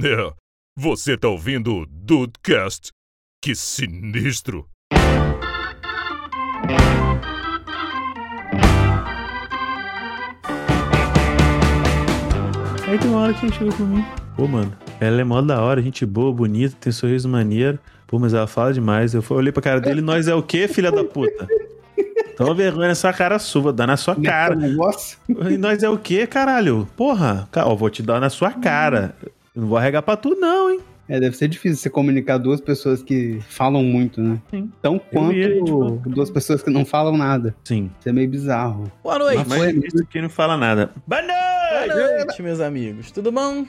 É, você tá ouvindo o Dudecast? Que sinistro! Aí tem uma hora que ele chegou pra mim. Pô, mano, ela é mó da hora, gente boa, bonita, tem sorriso maneiro. Pô, mas ela fala demais. Eu fui- olhei pra cara dele, nós é o quê, filha da puta? Toma vergonha nessa cara sua, vou dar na sua cara. negócio. E nós é o quê, caralho? Porra, ca- ó, vou te dar na sua cara. Eu não vou arregar pra tu, não, hein? É, deve ser difícil você comunicar duas pessoas que falam muito, né? Sim. Tão quanto e ele, tipo- duas pessoas que não falam nada. Sim. Isso é meio bizarro. Boa noite. Mas é foi- isso aqui não fala nada. Boa noite! Boa noite, meus amigos. Tudo bom?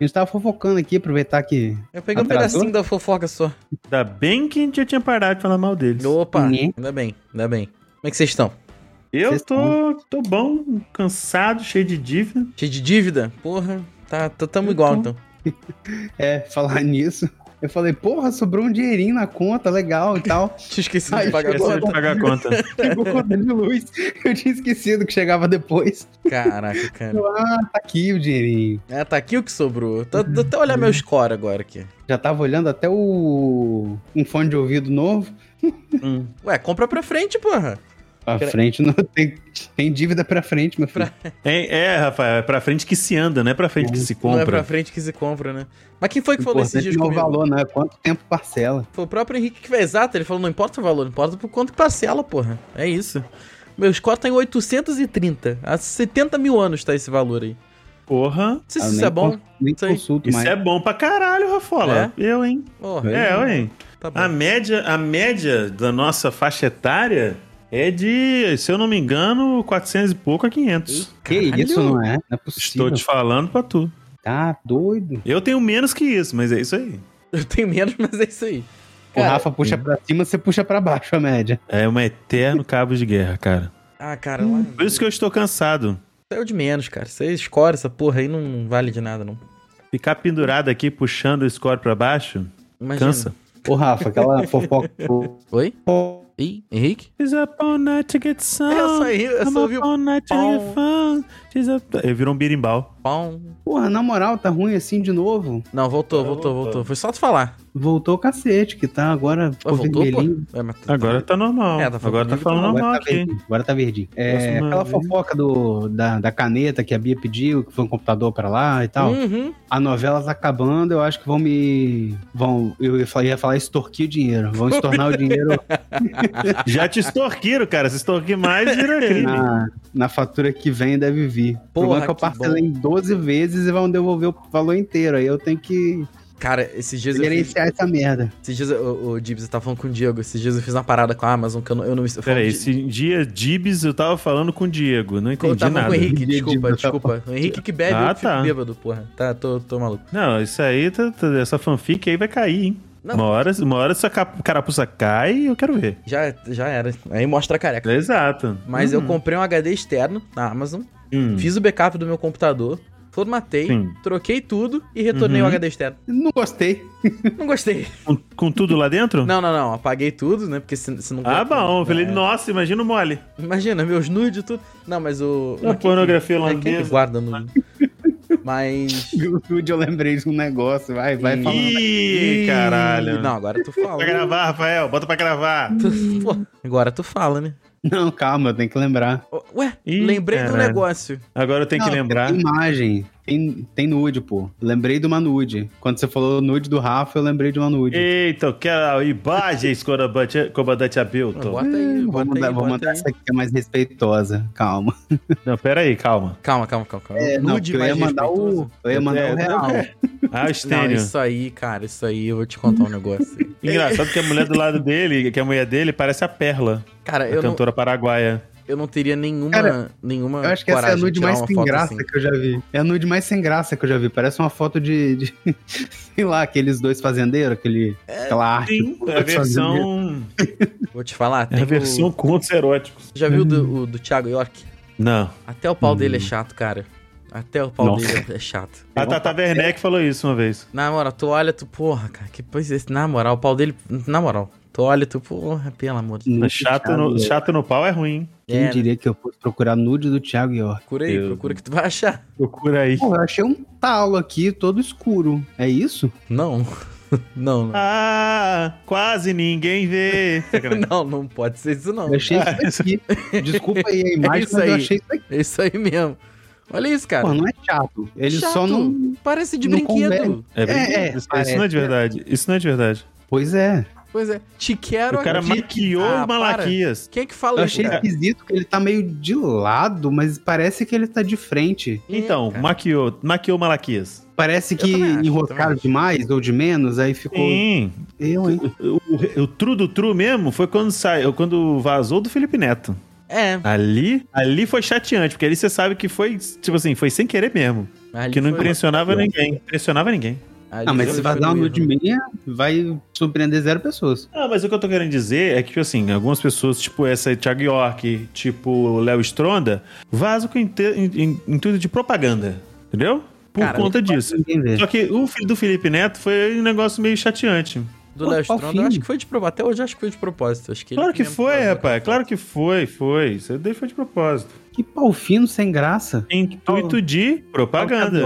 A gente tava fofocando aqui, aproveitar que. Eu peguei um Atrasou? pedacinho da fofoca só. Ainda bem que a gente já tinha parado de falar mal deles. Opa, Né? ainda bem, ainda bem. Como é que vocês estão? Eu Vocês tô, tô bom, cansado, cheio de dívida. Cheio de dívida? Porra, tá, tá- tamo igual tô. então. É, falar nisso. Eu falei, porra, sobrou um dinheirinho na conta, legal e tal. Tinha esquecido Ai, de pagar a esqueci. Esqueceu conta. de pagar a conta. Chegou conta de luz. Eu tinha esquecido que chegava depois. Caraca, cara. Tá aqui o dinheirinho. É, tá aqui o que sobrou. Tô, tô até olhar meu score agora aqui. Já tava olhando até o. um fone de ouvido novo. Hum. Ué, compra pra frente, porra. Pra Pera- frente não tem. Tem dívida pra frente, meu filho. É, é, Rafael, é pra frente que se anda, não é pra frente que se Não é pra compra. frente que se compra, né? Mas quem foi que falou esses Importante dias não é o comigo? valor, né? Quanto tempo parcela? Foi o próprio Henrique que fez exato. Ele falou: não importa o valor, importa por quanto que parcela, porra. É isso. Meu score tá em 830. Há 70 mil anos tá esse valor aí. Porra. Não sei se Ah, isso nem é bom. cons- Nem Isso aí. consulto Isso mais. é bom pra caralho, É? Rafola. Eu, hein? Porra, É, eu, hein? tá bom. A média, a média da nossa faixa etária é de, se eu não me engano, 400 e pouco a 500. Que isso, não é? Não é possível. Estou te né? falando pra tu. Tá doido. Eu tenho menos que isso, mas é isso aí. Eu tenho menos, mas é isso aí. o Cara, Rafa puxa pra cima, você puxa pra baixo a média. É um eterno cabo de guerra, cara. Ah, cara, lá. Por isso que eu estou cansado. Saiu de menos, cara. Você escora essa porra aí, não vale de nada, não. Ficar pendurado aqui puxando o score pra baixo, Imagina. cansa. Ô, Rafa, aquela fofoca. Oi? Ih, Henrique? Is up all night to get some. É, Eu só, ri- Tá eu só ouvi o Pau. Ele virou um birimbau. pão. Porra, na moral, tá ruim assim de novo. Não, Tá voltou, voltou, voltou. Foi só tu falar. Voltou o cacete, que tá Ah, agora Ué, ficou voltou, vermelhinho. pô? É, mas tu- Agora tá normal. É, tá falando Agora tá comigo, falando Agora normal tá, aqui. verdinho, agora tá verdinho. É, Próxima aquela vez. fofoca do, da, da caneta que a Bia pediu, que foi um computador pra lá e Hum. tal. Uhum. A novela tá acabando, eu acho que vão me. Vão, eu ia falar, ia falar extorquir o dinheiro. Vão estornar o dinheiro Já te extorquiram, cara. Se extorquir mais, vira crime. na, na fatura que vem deve vir. O problema é que eu que parcelei em 12 vezes e vão devolver o valor inteiro. Aí eu tenho que Cara, esses dias eu fiz... gerenciar essa merda. Esses dias, eu- o, o Dibs, eu tava tá falando com o Diego, esses dias eu fiz uma parada com a Amazon que eu não... Eu não eu falo Peraí, de- esse dia Dibs eu tava falando com o Diego. Não Eu entendi tava com nada. o Henrique, Entendi, desculpa, Dibs, desculpa. O Henrique que bebe, Ah, eu que tá. fico bêbado, porra. Tá, tô, tô maluco. Não, isso aí, tá- tá- essa fanfic aí vai cair, hein? Não. Uma hora, uma hora essa cap- carapuça cai e eu quero ver. Já, já era. Aí mostra a careca. Exato. Mas eu Uhum. Hum. comprei um HD externo na Amazon, Hum. fiz o backup do meu computador, formatei, Sim. troquei tudo e retornei Uhum. o HD externo. Não gostei. Não gostei. Com, com tudo lá dentro? Não, não, não. Apaguei tudo, né? Porque se, se não... Ah, bom. Eu falei, É. nossa, imagina o mole. Imagina, meus nudes e tudo. Não, mas o... Uma mas quem- pornografia é, quem que holandesa. guarda nude? Mas... Grude, eu lembrei de um negócio. Vai, vai Ih. falando. Ih, caralho. Não, agora tu Tá fala. Bota pra gravar, Rafael. Bota pra gravar. Tu- pô, agora tu fala, né? Não, calma, eu tenho que lembrar. Ô, Ué, Ih, lembrei do caralho. negócio. Agora eu tenho que Não, lembrar. Tem imagem. Tem, tem nude, pô. Lembrei de uma nude. Quando você falou nude do Rafa, eu lembrei de uma nude. Eita, eu quero imagens, comandante- comandante Abilton. Bota aí, Vou bota mandar, aí, vou bota mandar aí. essa aqui que é mais respeitosa. Calma. Não, pera aí, calma. Calma, calma, calma. calma. É, não, Nude porque eu ia mais mandar o. respeitoso. Eu ia mandar É, o real. Ah, Não, Estênio. isso aí, cara, isso aí, eu vou te contar um negócio. aí. é- Engraçado que a mulher do lado dele, que a mulher dele parece a Perla, Cara, a eu não, cantora paraguaia. eu não teria nenhuma, Cara, nenhuma Eu acho que essa é a coragem de nude tirar mais uma sem foto graça assim. que eu já vi. É a nude mais sem graça que eu já vi. Parece uma foto de. de- sei lá, aqueles dois fazendeiros, aquele, aquela arte. Sim, do é a dois fazendeiros. versão. Vou te falar, É tem a o- versão contos eróticos. Já viu Hum. do, o do Thiago York? Não. Até o pau dele é chato, cara. Até o pau Nossa. dele é chato. A Tata Werneck falou isso uma vez. é Na moral, tu olha, tu, porra, cara, que coisa esse. Na moral, o pau dele. Na moral, tu Hipólito, porra, pelo amor de Deus. Nude do É Chato Thiago no, York. chato no pau é ruim. hein? Quem É, né? diria que eu fosse procurar nude do Thiago York? Procura aí, Deus. procura que tu vai achar. Procura aí. Pô, eu achei um talo aqui, todo escuro. É isso? Não. Não, não. Ah, quase ninguém vê. Sacanagem. Não, não pode ser isso, não. Eu achei isso aqui. Desculpa aí a imagem, isso mas eu aí. achei isso aqui. É isso aí mesmo. Olha isso, cara. Pô, não é chato. Ele Chato. só não... Parece de não brinquedo. convém. É, brincadeira. é, isso, isso parece, não é de né? verdade. Isso não é de verdade. Pois é. Pois é. Te quero o cara aqui. maquiou Ah, o Malaquias. Quem é que fala Eu isso? achei cara? esquisito que ele tá meio de lado, mas parece que ele tá de frente. É, Então, cara. maquiou, maquiou o Malaquias. Parece que também acho, também enroscaram acho. demais ou de menos, aí ficou Sim. eu, hein? O, o tru do tru mesmo foi quando saiu, quando vazou do Felipe Neto. É. Ali, ali foi chateante, porque ali você sabe que foi, tipo assim, foi sem querer mesmo. ali que não foi- impressionava ninguém. Impressionava ninguém. ali Ah, mas foi- se vazar foi uma um nude erro. minha, vai surpreender zero pessoas. Ah, mas o que eu tô querendo dizer é que, tipo assim, algumas pessoas, tipo essa Thiago York, tipo Léo Stronda, vazam com inte- in- in- intuito de propaganda, entendeu? Por Cara, conta disso. Ninguém vê. Só que o filho do Felipe Neto foi um negócio meio chateante. Do Pô, Léo qual Stronda, eu filme? acho que foi de propósito. Até hoje eu acho que foi de propósito. Acho que ele Claro que mesmo foi, faz- rapaz. Claro que foi, foi. Isso daí foi de propósito. Que pau fino sem graça. Intuito de então, propaganda.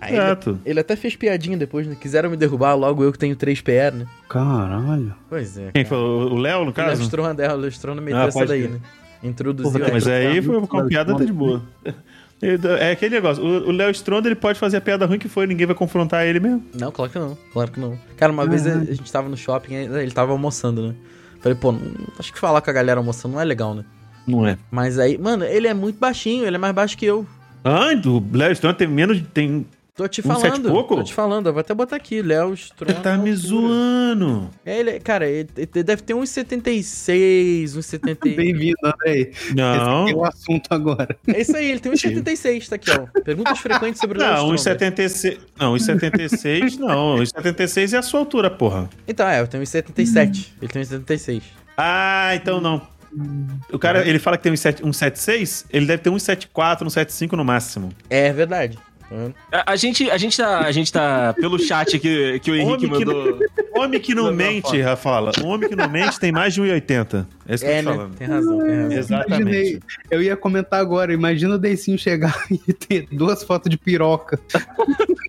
Aí ele, Exato. ele até fez piadinha depois, né? Quiseram me derrubar logo eu que tenho 3 PR, né? Caralho. Pois é. Quem falou? O Léo, no O Léo caso? Stronda, é, o Léo Stronda meteu Ah, essa pode daí, crer. né? Introduziu. Porra, ela. Mas aí foi Léo com a piada tá de boa. É aquele negócio. O o Léo Stronda ele pode fazer a piada ruim que foi, ninguém vai confrontar ele mesmo. Não, claro que não. Claro que não. Cara, uma vez a, Uhum. Caralho. a gente tava no shopping, aí ele tava almoçando, né? Falei, pô, não- acho que falar com a galera almoçando não é legal, né? Não é. Mas aí, mano, ele é muito baixinho, ele é mais baixo que eu. Ah, o Léo Stronda tem menos. de- Tem... Tô te Um sete falando. e pouco? Tô te falando, eu vou até botar aqui, Léo Stronda. Você tá me altura. zoando. É, ele, cara, ele, ele deve ter uns 76, uns 70. Bem-vindo, Andrei. Não. Esse aqui é o assunto agora. É isso aí, ele tem uns 76, tá aqui, ó. Perguntas frequentes sobre o Léo Não, Stronda. 1,76. Não, 1,76 não. 1,76 é a sua altura, porra. Então, é, eu tenho uns 77. Ele tem uns 76. Ah, então não. O cara, ele fala que tem um 7- 176, ele deve ter 174, 175 no máximo. É verdade. Tá vendo? A, a gente, a, gente tá, a gente tá pelo chat que, que o Henrique Homem que- mandou. Um Homem que não Não, não, mente, Rafaela. Um homem que não mente tem mais de 1,80. É isso que É, eu tô né? falando. Tem razão, tem razão. Exatamente. Imaginei. Eu ia comentar agora. Imagina o Deicinho chegar e ter duas fotos de piroca.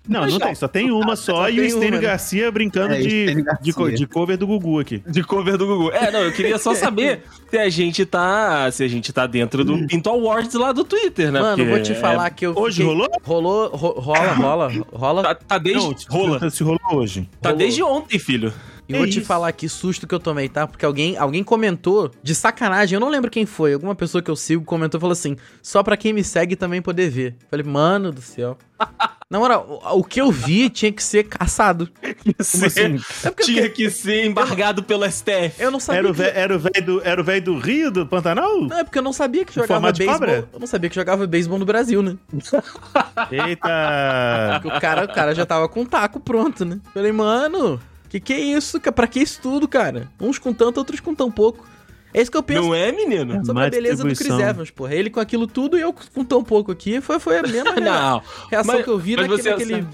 Não, não tem, só tem uma só, e o tem Estênio uma, né? Garcia brincando É, de, Estênio de, co- Garcia. de cover do Gugu aqui. De cover do Gugu. É, não, eu queria só saber se a gente tá. Se a gente tá dentro do Pinto Awards lá do Twitter, né? Mano, Porque vou te é- falar que eu. Hoje fiquei- rolou? Rolou, ro- rola, rola, rola. Tá, tá desde. Não, rola. Se rolou hoje. Tá rolou. desde ontem, filho. E Que vou É te isso? falar que susto que eu tomei, tá? Porque alguém, alguém comentou de sacanagem, eu não lembro quem foi, alguma pessoa que eu sigo comentou e falou assim: só pra quem me segue também poder ver. Falei, mano do céu. Na moral, o, o que eu vi tinha que ser caçado. Como assim? É porque eu, Tinha que ser embargado pelo STF. eu não sabia. Era o que, vé- era o velho do, era o véio do Rio, do Pantanal? não, é porque eu não sabia que jogava formato de beisebol. cobra? Eu não sabia que jogava beisebol no Brasil, né? Eita! Porque o cara, o cara já tava com o taco pronto, né? Falei, mano, que que é isso? ca- Pra que isso tudo, cara? Uns com tanto, outros com tão pouco. É isso que eu penso. Não é, menino? Sobre Má a beleza do Chris distribuição. Evans, porra. Ele com aquilo tudo e eu com tão pouco aqui. Foi, foi a mesma rea- Não. reação Mas- que eu vi mas naquele, você- naquele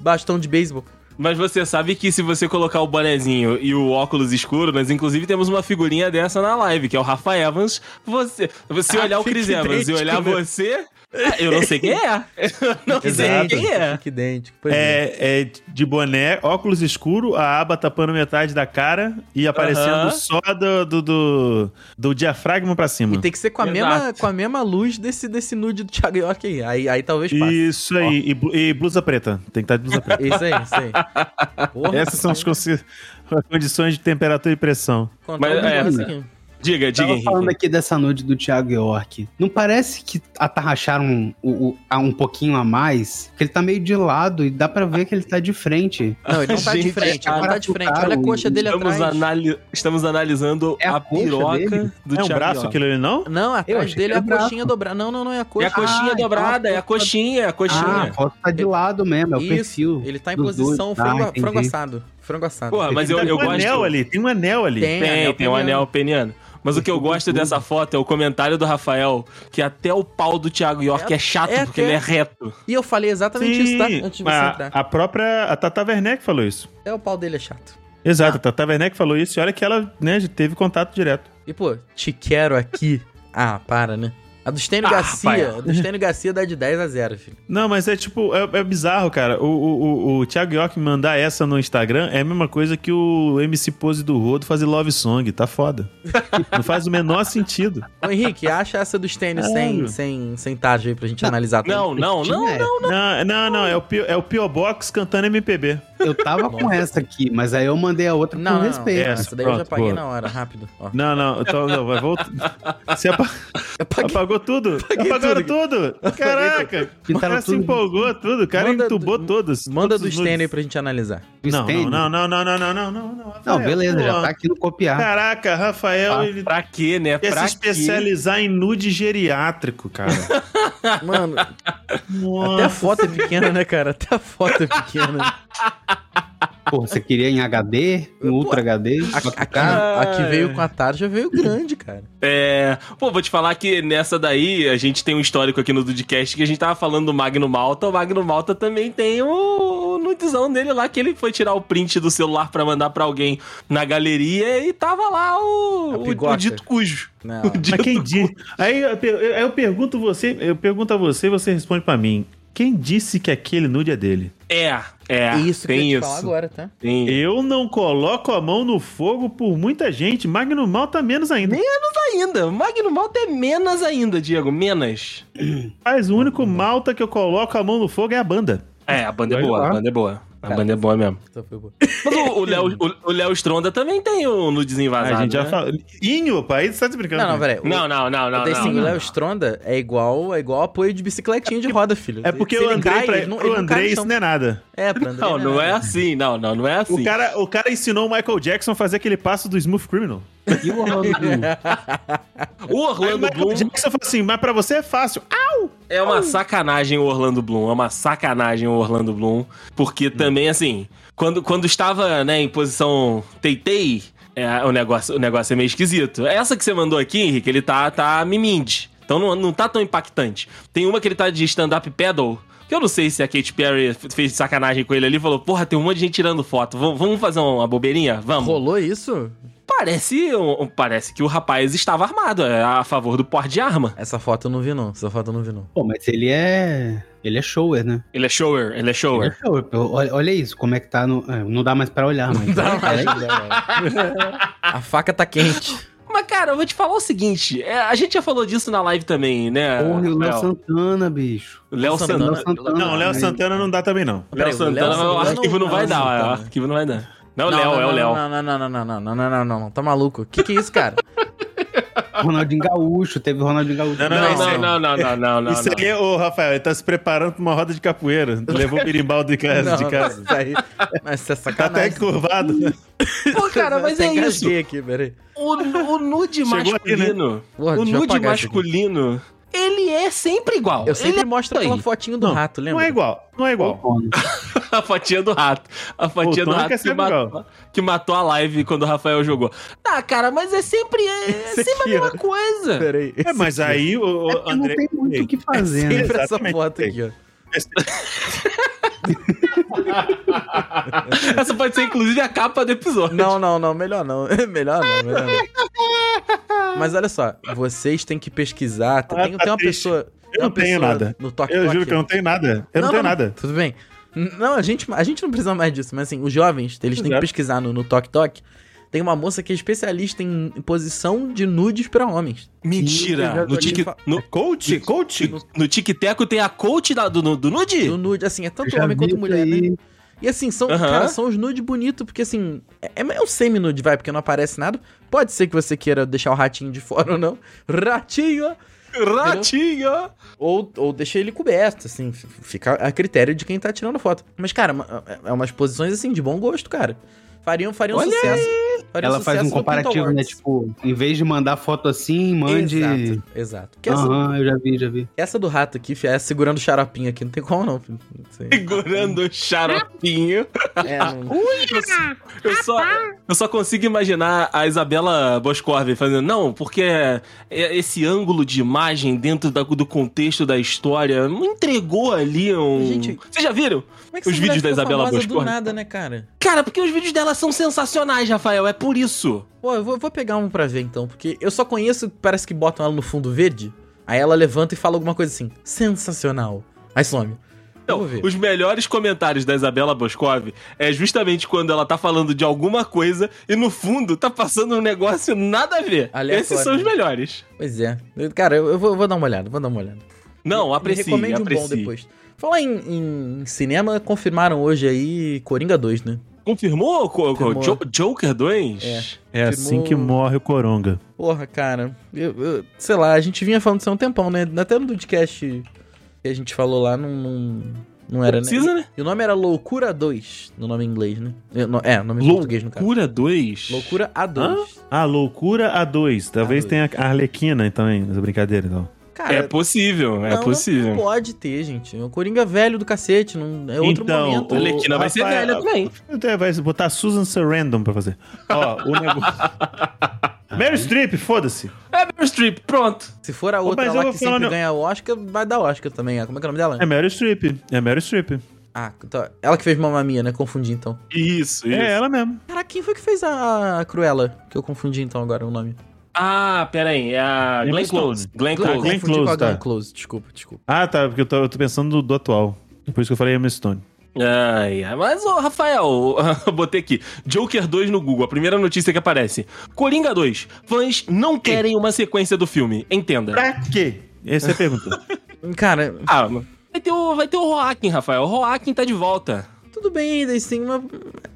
bastão de beisebol. Mas você sabe que se você colocar o bonezinho e o óculos escuro, nós inclusive temos uma figurinha dessa na live, que é o Rafa Evans. Você, você Ah, olhar o fica Chris Evans e idêntico, olhar né? você, é, eu não sei quem é. Eu não sei Exato. quem é. Que idêntico. Pois é. É, é de boné, óculos escuro, a aba tapando metade da cara e aparecendo Aham. só do, do, do, do diafragma pra E cima. tem que ser com a, Exato. mesma, com a mesma luz desse, desse nude do Thiago York aí. Aí, aí talvez passe. Isso aí, e, blu- e blusa preta. Tem que estar de blusa preta. Isso aí, isso aí. Porra, Essas são as consi- as condições de temperatura e pressão. contar um Mas, é, negócio aqui. Diga, diga, Tava falando Henrique. aqui dessa noite do Thiago York. Não parece que atarracharam o, o- a um pouquinho a mais? Que ele tá meio de lado e dá pra ver que ele tá de frente. Não, ele não tá de Gente, frente, ele não tá de frente. cara, Olha a coxa dele Estamos, atrás. anali- estamos analisando É a a, coxa piroca dele? do é um Thiago braço York. aquilo ali, não? Não, atrás achei que dele é era a braço. coxinha dobrada. Não, não, não é a É coxa. a coxinha Ah, dobrada, é então a coxinha, é a Ah, coxinha. a foto tá de lado mesmo, é o Isso, perfil. Ele tá em dos posição dois. Ah, frango, entendi. frango assado. Frango assado. Porra, mas eu, tem eu um gosto. anel ali, tem um anel ali. Tem, Tem, tem um peniano. anel peniano. Mas o que eu gosto dessa foto é o comentário do Rafael, que até o pau do Thiago York é chato, é porque até- ele é reto. E eu Ah. falei exatamente isso, tá? Antes de você a, entrar. a própria a Tata Werneck falou isso. Até o pau dele é chato. Exato, a Tata Werneck falou isso e olha que ela né, já teve contato direto. E, pô, te quero aqui. Ah, para, né? A do Stênio Ah, Garcia, rapaz. a do Stênio Garcia dá de 10 a 0, filho. Não, mas é tipo, é, é bizarro, cara. O, o, o, o Thiago York mandar essa no Instagram é a mesma coisa que o MC Pose do Rodo fazer love song, tá foda. Não faz o menor sentido. Ô, Henrique, acha essa do Stênio sem, Caralho. sem, sem tarde aí pra gente analisar também. Não, não, não, É, Não, não, não, é o, P- é o P.O. Box cantando MPB. Eu tava com essa aqui, mas aí eu mandei a outra Não, com não, respeito. não. Essa, Essa daí eu já pronto, paguei boa. na hora, rápido. Ó. Não, não, então, não, vai voltar. Você apa- Eu paguei. apagou tudo? Apaguei Apagaram tudo. Caraca! O Pintaram cara se tudo. empolgou tudo, o cara Manda entubou do- todos. Manda do todos os Stênio aí nudes. pra gente analisar. É, Não, Stênio. não, não, não, não, não, não, não, não. Não, Rafael, beleza, já pô. tá aqui no copiar. Caraca, Rafael, ele Pra quê, né? quer Pra se especializar em nude geriátrico, cara. Mano, Nossa. até a foto é pequena, né, cara? Até a foto é pequena. Pô, você queria em HD, no Pô, Ultra HD? A, só a, que, cara, a- a que veio com a tarde já veio grande, cara. É, pô, vou te falar que nessa daí a gente tem um histórico aqui no Dudcast que a gente tava falando do Magno Malta. O Magno Malta também tem o, o nudizão dele lá que ele foi tirar o print do celular pra mandar pra alguém na galeria e tava lá o, A o, pigoca. o dito cujo. Não. O dito Mas quem cujo. disse? Aí eu, per- eu- eu pergunto você, eu pergunto a você, você responde pra mim. Quem disse que aquele nude é dele? É, é. É isso que eu tem ia te isso. falar agora, tá? Tem. Eu não coloco a mão no fogo por muita gente, Magno Malta tá menos ainda. ainda. O Magno Malta é menos ainda, Diego. Menos. Mas o único Malta que eu coloco a mão no fogo é a banda. É, a banda é Vai boa, lá. a banda é boa. A Cara. banda é boa mesmo. Só Então foi boa. Mas o, o Léo, o, o Léo Stronda também tem o nudes invasado, a gente já né? falou. Inho, pai, você tá se brincando? Não, não, velho. peraí. Não, não, não, não. o Dancing não, Léo não. Stronda é igual, é igual apoio de bicicletinha de roda, filho. É porque Se eu ele andrei cai, pra ele não- pro ele não cai Andrei, no isso chão. não é nada. É, pra Andrei. Não, não é assim, não, não, não é assim. O cara, o cara ensinou o Michael Jackson a fazer aquele passo do Smooth Criminal. e o Orlando Bloom? é. O Aí o Orlando Michael Bloom Jackson falou assim, mas pra você é fácil. Ah, é uma sacanagem o Orlando Bloom, é uma sacanagem o Orlando Bloom, porque também assim, quando, quando estava, né, em posição teitei, é, o negócio, o negócio é meio esquisito. Essa que você mandou aqui, Henrique, ele tá tá miminde. Então não, não tá tão impactante. Tem uma que ele tá de stand up pedal, que eu não sei se a Katy Perry f- fez sacanagem com ele ali, falou: "Porra, tem um monte de gente tirando foto. Vamos vamos fazer uma bobeirinha? Vamos". Rolou isso? Parece, um- parece que o rapaz estava armado, é, a favor do porte de arma. Essa foto eu não vi, não. Essa foto eu não vi, não. Pô, mas ele é. Ele é shower, né? Ele é shower, ele é Ele é shower. shower. pô. Olha, olha isso, como é que tá no. é, Não dá mais pra olhar, mas. Dá Tá, olha, cara, mais, A faca tá quente. Mas, cara, eu vou te falar o seguinte: é, a gente já falou disso na live também, né? Porra, e o Léo Léo- Santana, bicho. Léo Santana. Léo Santana. não, o Léo né? Santana não dá também, não. Léo Peraí, o Léo Santana, o Santana arquivo não, vai não, dar, o Santana. arquivo não vai dar. Não, é o Não, Léo, não, é o não, Léo. Não, não, não, não, não, não, não, não, não, não, não. Tá maluco? Que que é isso, cara? Ronaldinho Gaúcho, teve o Ronaldinho Gaúcho. Não, Não, isso aí- não, não, não, não, não, não. Isso aí, ô Rafael, ele tá se preparando pra uma roda de capoeira. Levou o birimbau de casa. Não, de casa. Isso aí. Mas isso é Tá até sacanagem. curvado. Pô, cara, mas Até é isso. engasguei aqui, peraí. O, o nude Chegou aqui, masculino. Porra, o deixa eu nude apagar isso aqui. masculino, ele é sempre igual. Eu sempre Ele é mostro aí. aquela fotinho do Não, rato, Não é lembra? igual, não é igual. né? A fatia do rato. A fatia Pô, do Tônica rato é que sempre matou, igual. que matou a live quando o Rafael jogou. Tá, cara, mas é sempre, é, Esse sempre aqui, a mesma coisa. Peraí. É, mas aí, o, É o porque não André. tem muito o que fazer, né? Sempre essa Exatamente. foto aqui, ó. Essa pode ser, inclusive, a capa do episódio. Não, não, não, melhor não. Melhor não, melhor não. Mas olha só, vocês têm que pesquisar. Tem, Ah, tem tá uma triste. pessoa. tem não uma pessoa tenho nada. No toque Eu juro que eu não tenho nada. Eu não, tenho nada. Tudo bem. Não, a gente, a gente não precisa mais disso, mas assim, os jovens, eles têm que Exato. pesquisar no, no Tok Tok. Tem uma moça que é especialista em posição de nudes pra homens. Eu já Mentira. No, joguei tic, fa- no, Coach? Coach? no, no Tic-Teco tem a coach da- do, do, do nude? Do nude, assim, é Eu tanto já homem vi quanto isso mulher, né? aí. E assim, são, Aham. cara, são os nude bonitos, porque assim, é, é um semi-nude, vai, porque não aparece nada. Pode ser que você queira deixar o ratinho de fora ou não. Ratinho! Ratinha. Ou, ou deixa ele coberto, assim, f- fica a critério de quem tá tirando foto. Mas, cara, uma- é umas posições, assim, de bom gosto, cara. Fariam, fariam Olha sucesso. Fariam Ela faz sucesso um no Pinto comparativo, né? Awards. Tipo, em vez de mandar foto assim, mande. Exato, exato. Porque essa, Aham, eu já vi, já vi. essa do rato aqui, fi, é segurando o xaropinho aqui, não tem como não. filho. Não sei. Segurando o xaropinho. É, não- Eu só, eu só consigo imaginar a Isabela Boscorvi fazendo, não, porque é- é esse ângulo de imagem dentro da- do contexto da história me entregou ali um. Gente- Vocês já viram? Como é que Os essa vídeos mulher da ficou Isabela famosa do Bosco. nada, né, cara? Cara, porque os vídeos dela são sensacionais, Rafael. É por isso. Pô, eu vou, vou pegar um pra ver então, porque eu só conheço, parece que botam ela no fundo verde, aí ela levanta e fala alguma coisa assim, sensacional. Aí some. Eu Não, vou ver. os melhores comentários da Isabela Boscov é justamente quando ela tá falando de alguma coisa e no fundo tá passando um negócio nada a ver. Aleatório, Esses são os né? melhores. Pois é. Eu- Cara, eu, eu vou, eu vou dar uma olhada, vou dar uma olhada. Não, Me aprecie, recomende um bom aprecie. depois. Falar em, em cinema, confirmaram hoje aí Coringa 2, né? Confirmou, Coco? Confirmou. Jo- Joker 2? É. É assim que morre o Coronga. Porra, cara. Eu, eu- sei lá, a gente vinha falando isso há um tempão, né? Até no podcast que a gente falou lá, não, não, não era, né? Precisa, né? E o nome era Loucura 2, no nome em inglês, né? Eu- no- É, nome em português, no caso. Loucura 2? Loucura A2. Ah, loucura a dois. Talvez A tenha dois. a Arlequina também, nessa brincadeira então. Cara, É possível, é não, possível. Não pode ter, gente. É um Coringa velho do cacete, não, é outro Então, momento. A Arlequina vai ser Rafael- velha também. Até Vai botar Susan Sarandon pra fazer. Ó, o negócio. Mary Streep, foda-se. É Meryl Streep, pronto. Se for a Ô, mas outra eu lá vou que falar sempre no- ganha o Oscar, vai dar Oscar também. ah, Como é que é o nome dela? É Mary Streep. É Mary Streep. Ah, então, ela que fez Mamma Mia, né? Confundi então. Isso, isso. É ela mesmo. Caraca, quem foi que fez a a Cruella? Que eu confundi então agora o nome. Ah, peraí, é a Emma Glenn Stone. Close. Glenn Ah, Close. Glenn confundi com a Close, tá. Glenn Close, desculpa, desculpa. Ah, tá, porque eu tô, eu tô pensando do, do atual. Por isso que eu falei Emma Stone. Ai, ai, mas, ô, Rafael, eu botei aqui. Joker 2 no Google, a primeira notícia que aparece. Coringa 2. Fãs não querem uma sequência do filme, entenda. Pra quê? Essa é a pergunta. Cara, Ah, vai ter o, vai ter o Joaquim, Rafael. O Joaquim tá de volta. tudo bem ainda assim, mas,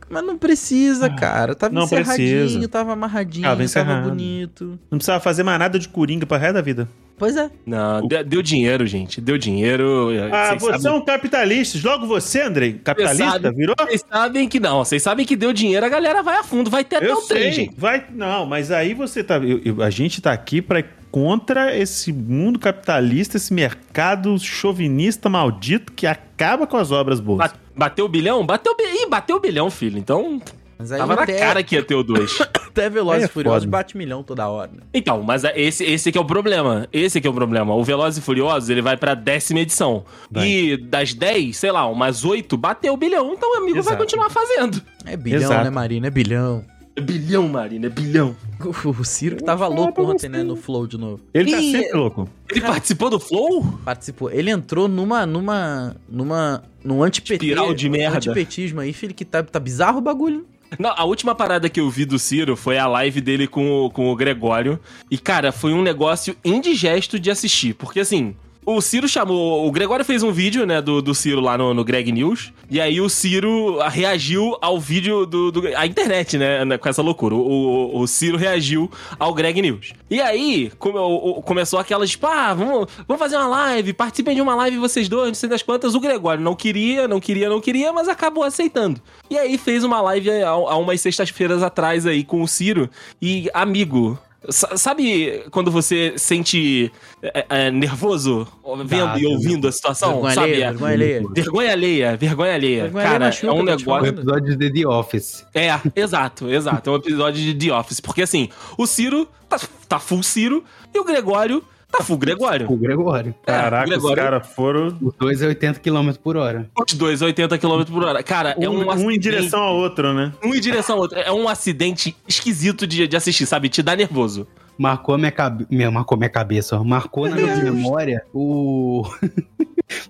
mas não precisa, cara. Tava Ah. Não encerradinho, precisa. tava amarradinho, Tava tava, encerrado. bonito. Não precisava fazer mais nada de coringa pra resto da vida. Pois é. Não, de- deu dinheiro, gente. Deu dinheiro. Ah, Vocês você é sabem- um capitalista. Logo você, Andrei. Capitalista? Sabe. Virou? Vocês sabem que não. Vocês sabem que deu dinheiro, a galera vai a fundo. Vai ter até Eu o 3, sei. gente. Vai, não, mas aí você tá. eu- eu- a gente tá aqui pra contra esse mundo capitalista, esse mercado chauvinista maldito que acaba com as obras boas. Ba- Bateu o bilhão? Bateu o bi- Ih, bateu o bilhão, filho. Então, Mas Tá aí tava na até, cara que ia ter o 2. até Velozes Aí é e Furiosos foda. bate milhão toda hora. né? Então, mas a- esse, esse que é o problema. Esse que é o problema. O Velozes e Furiosos, ele vai pra décima edição. Vai. E das 10, sei lá, umas 8, bateu o bilhão. Então, o amigo vai Exato. continuar fazendo. É bilhão, Exato. né, Marina? É bilhão. Bilhão, Marina, é bilhão. O, o Ciro que tava louco ontem, né? No Flow de novo. Ele tá Ih, sempre louco. Ele participou do Flow? Participou. Ele entrou numa. numa. numa. num anti-PT. Espiral de um merda. antipetismo aí, filho, que tá, tá bizarro o bagulho. né? Não, a última parada que eu vi do Ciro foi a live dele com o, com o Gregório. E, cara, foi um negócio indigesto de assistir. Porque, assim, o Ciro chamou. O Gregório fez um vídeo, né, do, do Ciro lá no, no Greg News. E aí o Ciro ah, reagiu ao vídeo do. do- a internet, né, né, com essa loucura. O, o, o Ciro reagiu ao Greg News. E aí come- o- o- começou aquelas, tipo, ah, vamos, vamos fazer uma live, participem de uma live vocês dois, não sei das quantas. O Gregório não queria, não queria, não queria, mas acabou aceitando. E aí fez uma live há, há umas sextas-feiras atrás aí com o Ciro e amigo. sa- Sabe quando você sente é, é, nervoso vendo Tá, e ouvindo a situação? Ah, vergonha sabe? alheia, É, vergonha alheia. vergonha alheia, vergonha alheia. Vergonha Cara, alheia machuca, tá é um eu tô te negócio. O falando. episódio de The Office. É, exato, exato. É um episódio de The Office. Porque assim, o Ciro tá, tá full Ciro e o Gregório tá full Gregório. O Gregório. é, o Caraca, os Gregório, caras foram Os dois é 80 km por hora. os dois, 80 km por hora. Cara, é um um, um em acidente- direção ao outro, né? Um em direção ao outro. É um acidente esquisito de, de assistir, sabe? Te dá nervoso. Marcou minha cabeça. Marcou minha cabeça, ó. Marcou na minha memória o.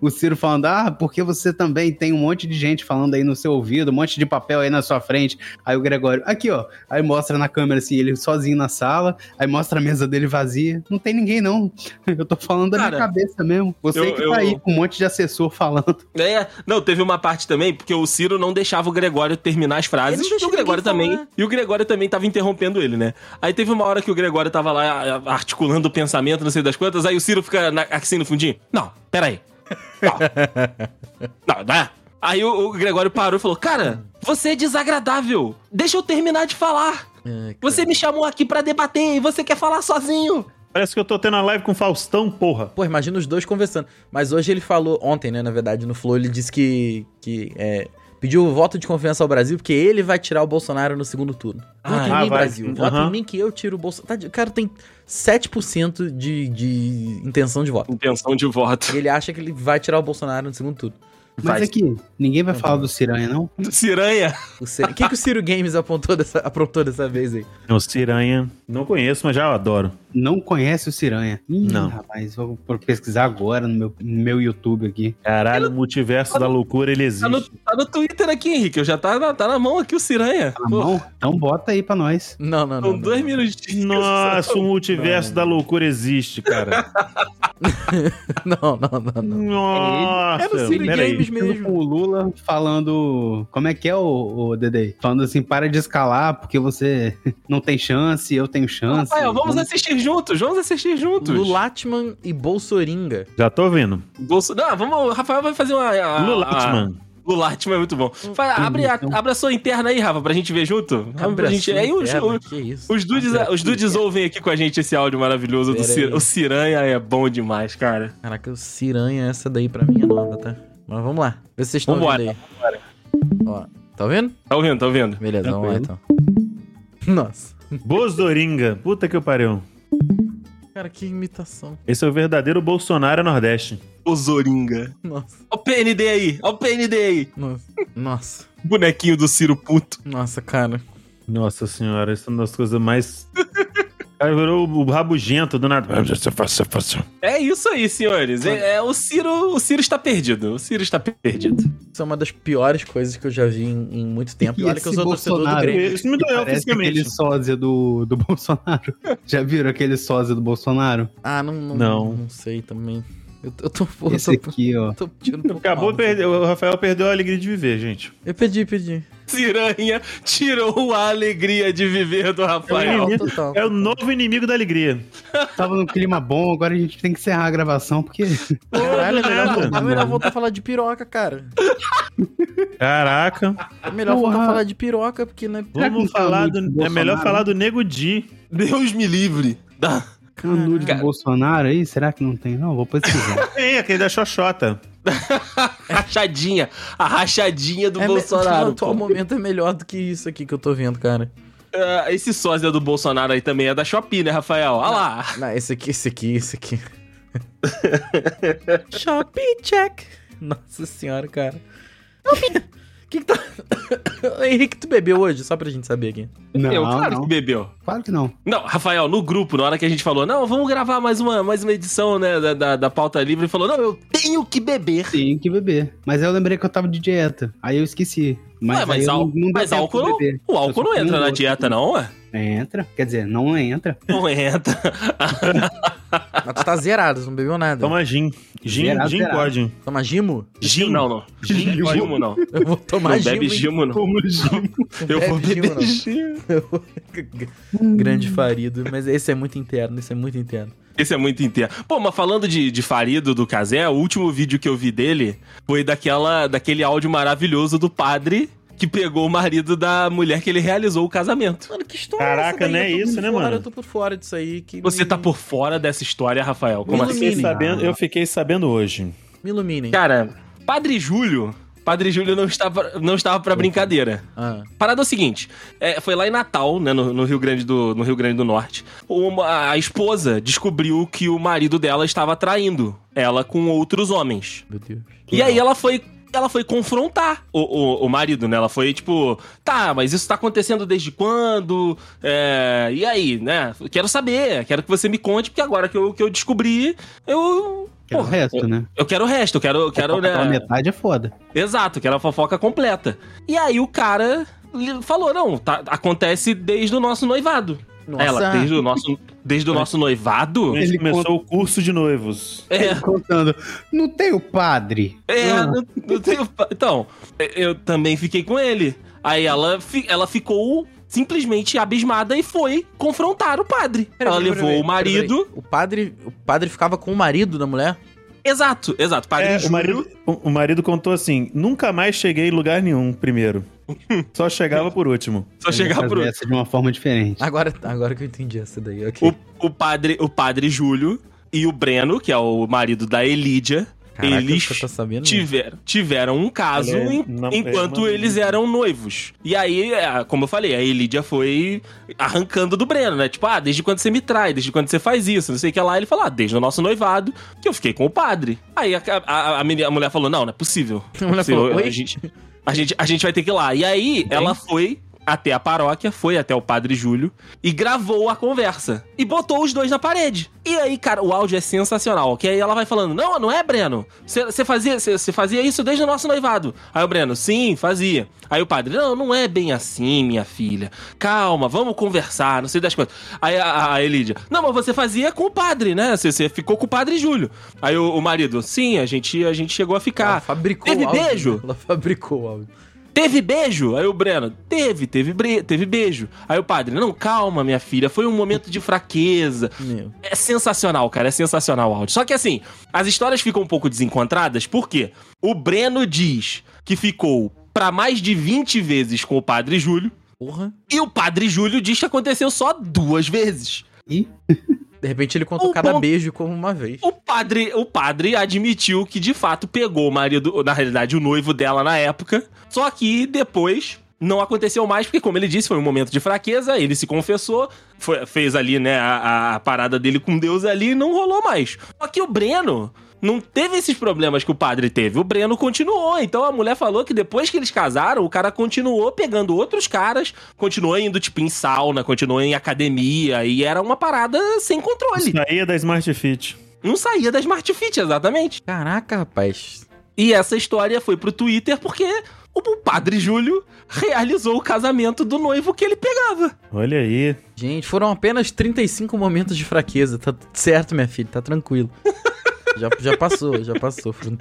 o Ciro falando, ah, porque você também tem um monte de gente falando aí no seu ouvido, um monte de papel aí na sua frente. Aí o Gregório, aqui, ó. Aí mostra na câmera assim, ele sozinho na sala, aí mostra a mesa dele vazia. Não tem ninguém, não. Eu tô falando da minha Cara, cabeça mesmo. Você eu- que tá eu- aí com um monte de assessor falando. É, não, teve uma parte também, porque o Ciro não deixava o Gregório terminar as frases. Ele não deixa E o Gregório ninguém falar. também. E o Gregório também tava interrompendo ele, né? Aí teve uma hora que o Gregório tava lá a- articulando o pensamento, não sei das quantas, aí o Ciro fica na- assim no fundinho. Não, peraí. Não, não, não é. Aí o, o Gregório parou e falou: Cara, você é desagradável. Deixa eu terminar de falar. É, cara. Você me chamou aqui pra debater e você quer falar sozinho. Parece que eu tô tendo a live com o Faustão, porra. Pô, imagina os dois conversando. Mas hoje ele falou, ontem, né, na verdade, no Flow, ele disse que. que é, pediu o voto de confiança ao Brasil, porque ele vai tirar o Bolsonaro no segundo turno. Vota em Ah, vai. mim, Brasil. Vota Aham. em mim que eu tiro o Bolsonaro. Tá de- cara tem 7% de, de intenção de voto. Intenção de voto. E ele acha que ele vai tirar o Bolsonaro no segundo turno. Mas Faz. aqui, ninguém vai falar do Ciranha, não? Ciranha. O Ce- O que, que o Ciro Games apontou dessa, aprontou dessa vez aí? O Ciranha, não conheço, mas já adoro. Não conhece o Ciranha. Ih, Não. rapaz, vou pro- pesquisar agora no meu, no meu YouTube aqui. Caralho, o multiverso da loucura, ele Tá no, existe. tá no Twitter aqui, Henrique. Eu já tá na, tá na mão aqui o Ciranha. Tá na mão? Então bota aí pra nós. Não, não, não. São não. dois minutinhos. Nossa, o multiverso da loucura existe, cara. Não, não, não, não. Nossa, Era o Ciro peraí. É Games mesmo. Com o Lula falando. Como é que é o, o Dedei? Falando assim: para de escalar porque você não tem chance, eu tenho chance. Rafael, vamos assistir juntos, vamos assistir juntos. Lulatman e Bolsoringa. Já tô vendo. Bolso... Não, vamos, o Rafael vai fazer uma... Ah. a- Lulatman. a- Lulatman é muito bom. Vai, abre, a, abre a sua interna aí, Rafa, pra gente ver junto. Abre pra gente... Abracinho Aí os, interno, os, assim, que isso? assim. os dudes, é- os dudes ouvem aqui com a gente esse áudio maravilhoso do Pera Cir... aí. O Ciranha é bom demais, cara. Caraca, o Ciranha, essa daí pra mim é nova, tá? Mas vamos lá. Vê se vocês estão Vambora, vendo aí. Ó, tá vendo? Tá ouvindo, tá ouvindo? Beleza, vamos lá então. Nossa. Bosdoringa. Puta que eu pariu. Cara, que imitação. Esse é o verdadeiro Bolsonaro Nordeste. O Zoringa. Nossa, Ó o PND aí, ó o PND aí. nossa, nossa, Bonequinho do Ciro puto. nossa, cara. Nossa senhora, isso é uma das coisas mais. Cara, virou o rabugento do nada. É isso aí, senhores. É, é, o Ciro, o Ciro está perdido. O Ciro está perdido. Isso é uma das piores coisas que eu já vi em, em muito tempo. E E olha que eu esse sou torcedor do Bolsonaro? Grêmio. Isso me doeu Parece aquele fisicamente. sósia do, do Bolsonaro. Já viram aquele sósia do Bolsonaro? Ah, não, não, Não. não sei também. Eu, tô- eu tô, eu Esse tô, aqui, ó. tô tirando pro Acabou, mal. perde- o Rafael perdeu a alegria de viver, gente. Eu pedi, pedi. Ciranha tirou a alegria de viver do Rafael. Total, Inimigo- total. É o novo inimigo da alegria. Tava num clima bom, agora a gente tem que encerrar a gravação porque. Caralho, é melhor, nada. voltar, é melhor voltar a falar de piroca, cara. Caraca. É melhor Porra. voltar a falar de piroca, porque, né? Será que não Vamos fala falar muito do. do É Bolsonaro? melhor falar do Nego Di. Deus me livre. Da, Canudo é um do Cara. Bolsonaro aí? Será que não tem? Não, vou pesquisar. Tem, aquele da Xoxota. rachadinha. A rachadinha do é me- Bolsonaro. No atual pô. momento é melhor do que isso aqui que eu tô vendo, cara. Ah, esse sósia do Bolsonaro aí também é da Shopee, né, Rafael? Olha lá. Não, esse aqui, esse aqui, esse aqui. Shopping check. Nossa senhora, cara. O que que tá... Henrique, tu bebeu hoje? Só pra gente saber aqui. não, Eu, claro não. que bebeu. Claro que não. Não, Rafael, no grupo, na hora que a gente falou, não, vamos gravar mais uma, mais uma edição, né, da, da, da pauta livre, ele falou, não, eu tenho que beber. Tem que beber. Mas eu lembrei que eu tava de dieta. Aí eu esqueci. Mas, Ué, mas aí eu al- não, não deu mas tempo álcool de não- beber. O álcool não entra na dieta, não, ué? Entra. Quer dizer, não entra. Não entra. Mas tu tá zerado, tu não bebeu nada. Toma, Toma Gin. Gin, Zerado, gin zerado. pode. gimo? Gin. Não, não. Gin pode. Gimo, não. Eu vou tomar não gimo. bebe hein? gimo, não. Não Eu bebe vou gimo, beber não. assim? gimo. Eu vou- Grande farido. Mas esse é muito interno, esse é muito interno. Esse é muito inteiro. Pô, mas falando de, de Farido, do Casé, o último vídeo que eu vi dele foi daquela, daquele áudio maravilhoso do padre que pegou o marido da mulher que ele realizou o casamento. Mano, que história Caraca, é essa não é isso, né, daí? Eu tô por fora, mano? Eu tô por fora disso aí. Que Você me, tá por fora dessa história, Rafael. Como Ilumina. assim? Fiquei sabendo- eu fiquei sabendo hoje. Me iluminem. Cara, Padre Júlio. Padre Júlio não estava, não estava pra brincadeira. Ah, Parada é o seguinte: é, foi lá em Natal, né, no, no Rio Grande do, no Rio Grande do Norte, uma- a esposa descobriu que o marido dela estava traindo ela com outros homens. meu Deus. E aí ela foi. Ela foi confrontar o, o, o marido, né? Ela foi tipo, tá, mas isso tá acontecendo desde quando? É, e aí, né? Quero saber, quero que você me conte, porque agora que eu, que eu descobri, eu. Que é o Porra, resto, né? Eu quero o resto, eu quero. Eu quero Aquela né? metade é foda. Exato, que era a fofoca completa. E aí o cara li- falou: não, tá- acontece desde o nosso noivado. Nossa. Ela, desde o nosso, desde o nosso noivado? Ele Ele começou o curso de noivos. É, Contando. Não tem o padre. é, Ah, não, não tenho pa- Então, é, eu também fiquei com ele. Aí ela, fi- ela ficou simplesmente abismada e foi confrontar o padre. Peraí, ela peraí, levou peraí, o marido. peraí. O padre, o padre ficava com o marido da mulher? Exato, exato. Padre É, o, Júlio. marido, o, o marido contou assim: nunca mais cheguei em lugar nenhum primeiro. Só chegava por último. Só chegar fazer pro. essa de uma forma diferente. Agora, agora que eu entendi essa daí, ok. O, o padre, o padre Júlio e o Breno, que é o marido da Elídia, Caraca, Eles você tá sabendo? tiveram, tiveram um caso Ela é en- nam- enquanto é uma- eles eram noivos. E aí, é, como eu falei, a Elidia foi arrancando do Breno, né? Tipo, ah, desde quando você me trai, desde quando você faz isso, não sei o que lá. Ele falou, ah, desde o nosso noivado, que eu fiquei com o padre. Aí a, a- a meni- a mulher falou, não, não é possível. A mulher Possível, falou, "Oi?" a, gente, a, gente, a gente vai ter que ir lá. E aí, ela foi... Até a paróquia, foi até o padre Júlio e gravou a conversa. E botou os dois na parede. E aí, cara, o áudio é sensacional. Que aí ela vai falando: Não, não é, Breno? Você fazia, cê, cê fazia isso desde o nosso noivado. Aí o Breno, sim, fazia. Aí o padre, não, não é bem assim, minha filha. Calma, vamos conversar, não sei das coisas. Aí a, a Elidia, não, mas você fazia com o padre, né? Você ficou com o padre Júlio. Aí o, o marido, sim, a gente, a gente chegou a Ela ficar. fabricou Teve o áudio. beijo? Ela fabricou o áudio. Teve beijo? Aí o Breno, teve, teve, bre- teve beijo. Aí o padre, não, calma, minha filha, foi um momento de fraqueza. Meu. É sensacional, cara. É sensacional o áudio. Só que assim, as histórias ficam um pouco desencontradas, por quê? O Breno diz que ficou pra mais de 20 vezes com o padre Júlio. Porra. E o padre Júlio diz que aconteceu só duas vezes. De repente ele contou O cada bom- beijo como uma vez. O padre, o padre admitiu que de fato pegou o marido, ou, na realidade o noivo dela na época, só que depois não aconteceu mais, porque como ele disse, foi um momento de fraqueza, ele se confessou, foi- fez ali, né, a, a parada dele com Deus ali e não rolou mais. Só que o Breno não teve esses problemas que o padre teve, o Breno continuou, então a mulher falou que depois que eles casaram, o cara continuou pegando outros caras, continuou indo, tipo, em sauna, continuou em academia, e era uma parada sem controle. Saía da Smart Fit. Não saía da Smart Fit, exatamente. Caraca, rapaz. E essa história foi pro Twitter porque o padre Júlio realizou o casamento do noivo que ele pegava. Olha aí. Gente, foram apenas 35 momentos de fraqueza. Tá tudo certo, minha filha, tá tranquilo. já, já passou, já passou. um-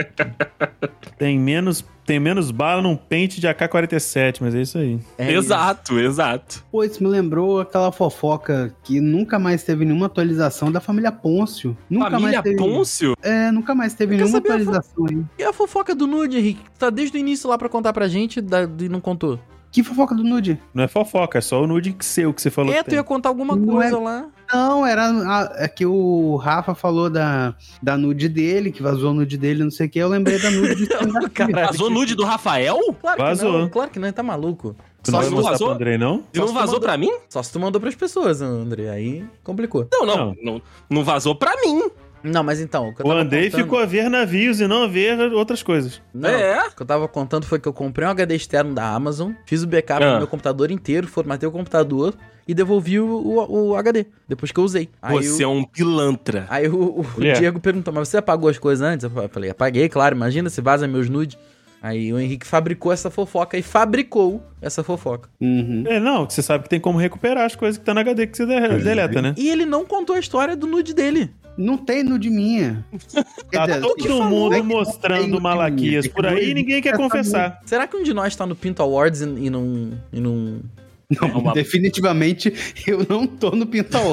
Tem menos, tem menos bala num pente de AK-47, mas é isso aí. É exato, exato. Pô, isso me lembrou aquela fofoca que nunca mais teve nenhuma atualização da família Pôncio. Nunca Família mais teve, Pôncio? É, nunca mais teve Eu quero nenhuma saber a fo- atualização aí. E a fofoca do nude, Henrique? que Tá desde o início lá pra contar pra gente da- e não contou. Que fofoca do nude? Não é fofoca, é só o nude que seu que você falou. É, que tu ia contar alguma Não coisa é- lá. Não, era a- é que o Rafa falou da, da nude dele, que vazou o nude dele, não sei o que. Eu lembrei da nude de Stranger Things. Caralho. Vazou nude do Rafael? Claro que Vazou. não, claro que não, ele tá maluco. Tu não Só vai se mostrar vazou? pro Andrei, não? E não Só se vazou mandou- pra mim? Só se tu mandou pras pessoas, André. Aí complicou. Não, não. Não, não vazou pra mim. Não, mas então. O, que eu O tava Andrei contando- ficou a ver navios e não a ver outras coisas. Não, É. O que eu tava contando foi que eu comprei um HD externo da Amazon, fiz o backup Ah. do meu computador inteiro, formatei o computador e devolvi o, o- o HD, depois que eu usei. Aí Você é o, um pilantra. aí o, o Ele é. Diego perguntou, mas você apagou as coisas antes? Eu fa- falei, apaguei, claro, imagina se vaza meus nudes. Aí o Henrique fabricou essa fofoca e fabricou essa fofoca. Uhum. É, não, que você sabe que tem como recuperar as coisas que tá na HD que você é. de- deleta, né? E ele não contou a história do nude dele. Não tem nude minha. Quer Tá dizer, todo falou que mundo não tem mostrando nude malaquias minha? por aí e ninguém quer confessar. Será que um de nós tá no Pinto Awards e, e não. E não... É uma- Definitivamente, eu não tô no Pintal.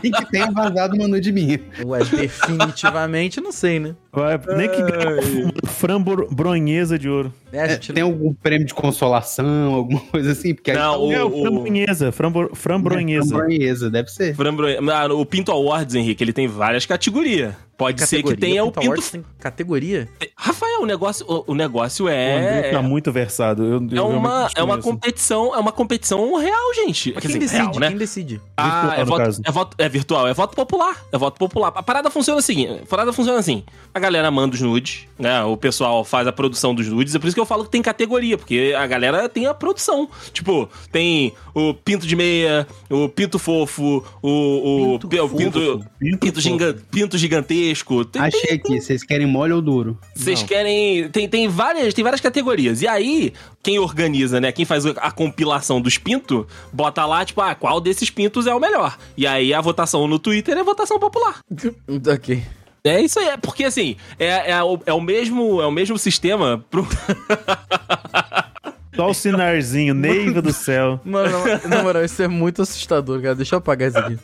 Nem que tenha vazado uma nude minha. Ué, definitivamente não sei, né? Vai, nem que ganhe uma frambronhesa de ouro. É, a É, gente- tem algum prêmio de consolação, alguma coisa assim? Porque aí Não, tá o- É, o frambronhesa, É, frambro, frambronhesa. Frambronhesa, deve ser. Frambro- Ah, O Pinto Awards, Henrique, ele tem várias categorias. Pode ser que tenha é o Pinto Pinto. Awards tem categoria? Rafael, o negócio, o, o negócio O Andrei é. tá muito versado. Eu, É uma, é uma competição, é uma competição real, gente. Mas Quer quem decide? dizer, real, né? Quem tá decide? Ah, Virtual, é no voto, caso. é voto- é virtual, é voto popular. É voto popular. A parada funciona assim, a parada funciona assim. A galera manda os nudes, né? O pessoal faz a produção dos nudes, é por isso que eu falo que tem categoria, porque a galera tem a produção. Tipo, tem o pinto de meia, o pinto fofo, o o Pinto pe- o fofo. pinto Pinto pinto, giga- pinto gigantesco. Tem- tem- Achei aqui, vocês querem mole ou duro? vocês querem. Tem, tem, várias, tem várias categorias. E aí, quem organiza, né? Quem faz a compilação dos pintos, bota lá, tipo, ah, qual desses pintos é o melhor. E aí a votação no Twitter é votação popular. Ok. É isso aí, é porque assim, é, é, o, é o mesmo é o mesmo sistema pro. Só o sinarzinho, neiva do céu. Mano, na- na moral, isso é muito assustador, cara. Deixa eu apagar isso aqui.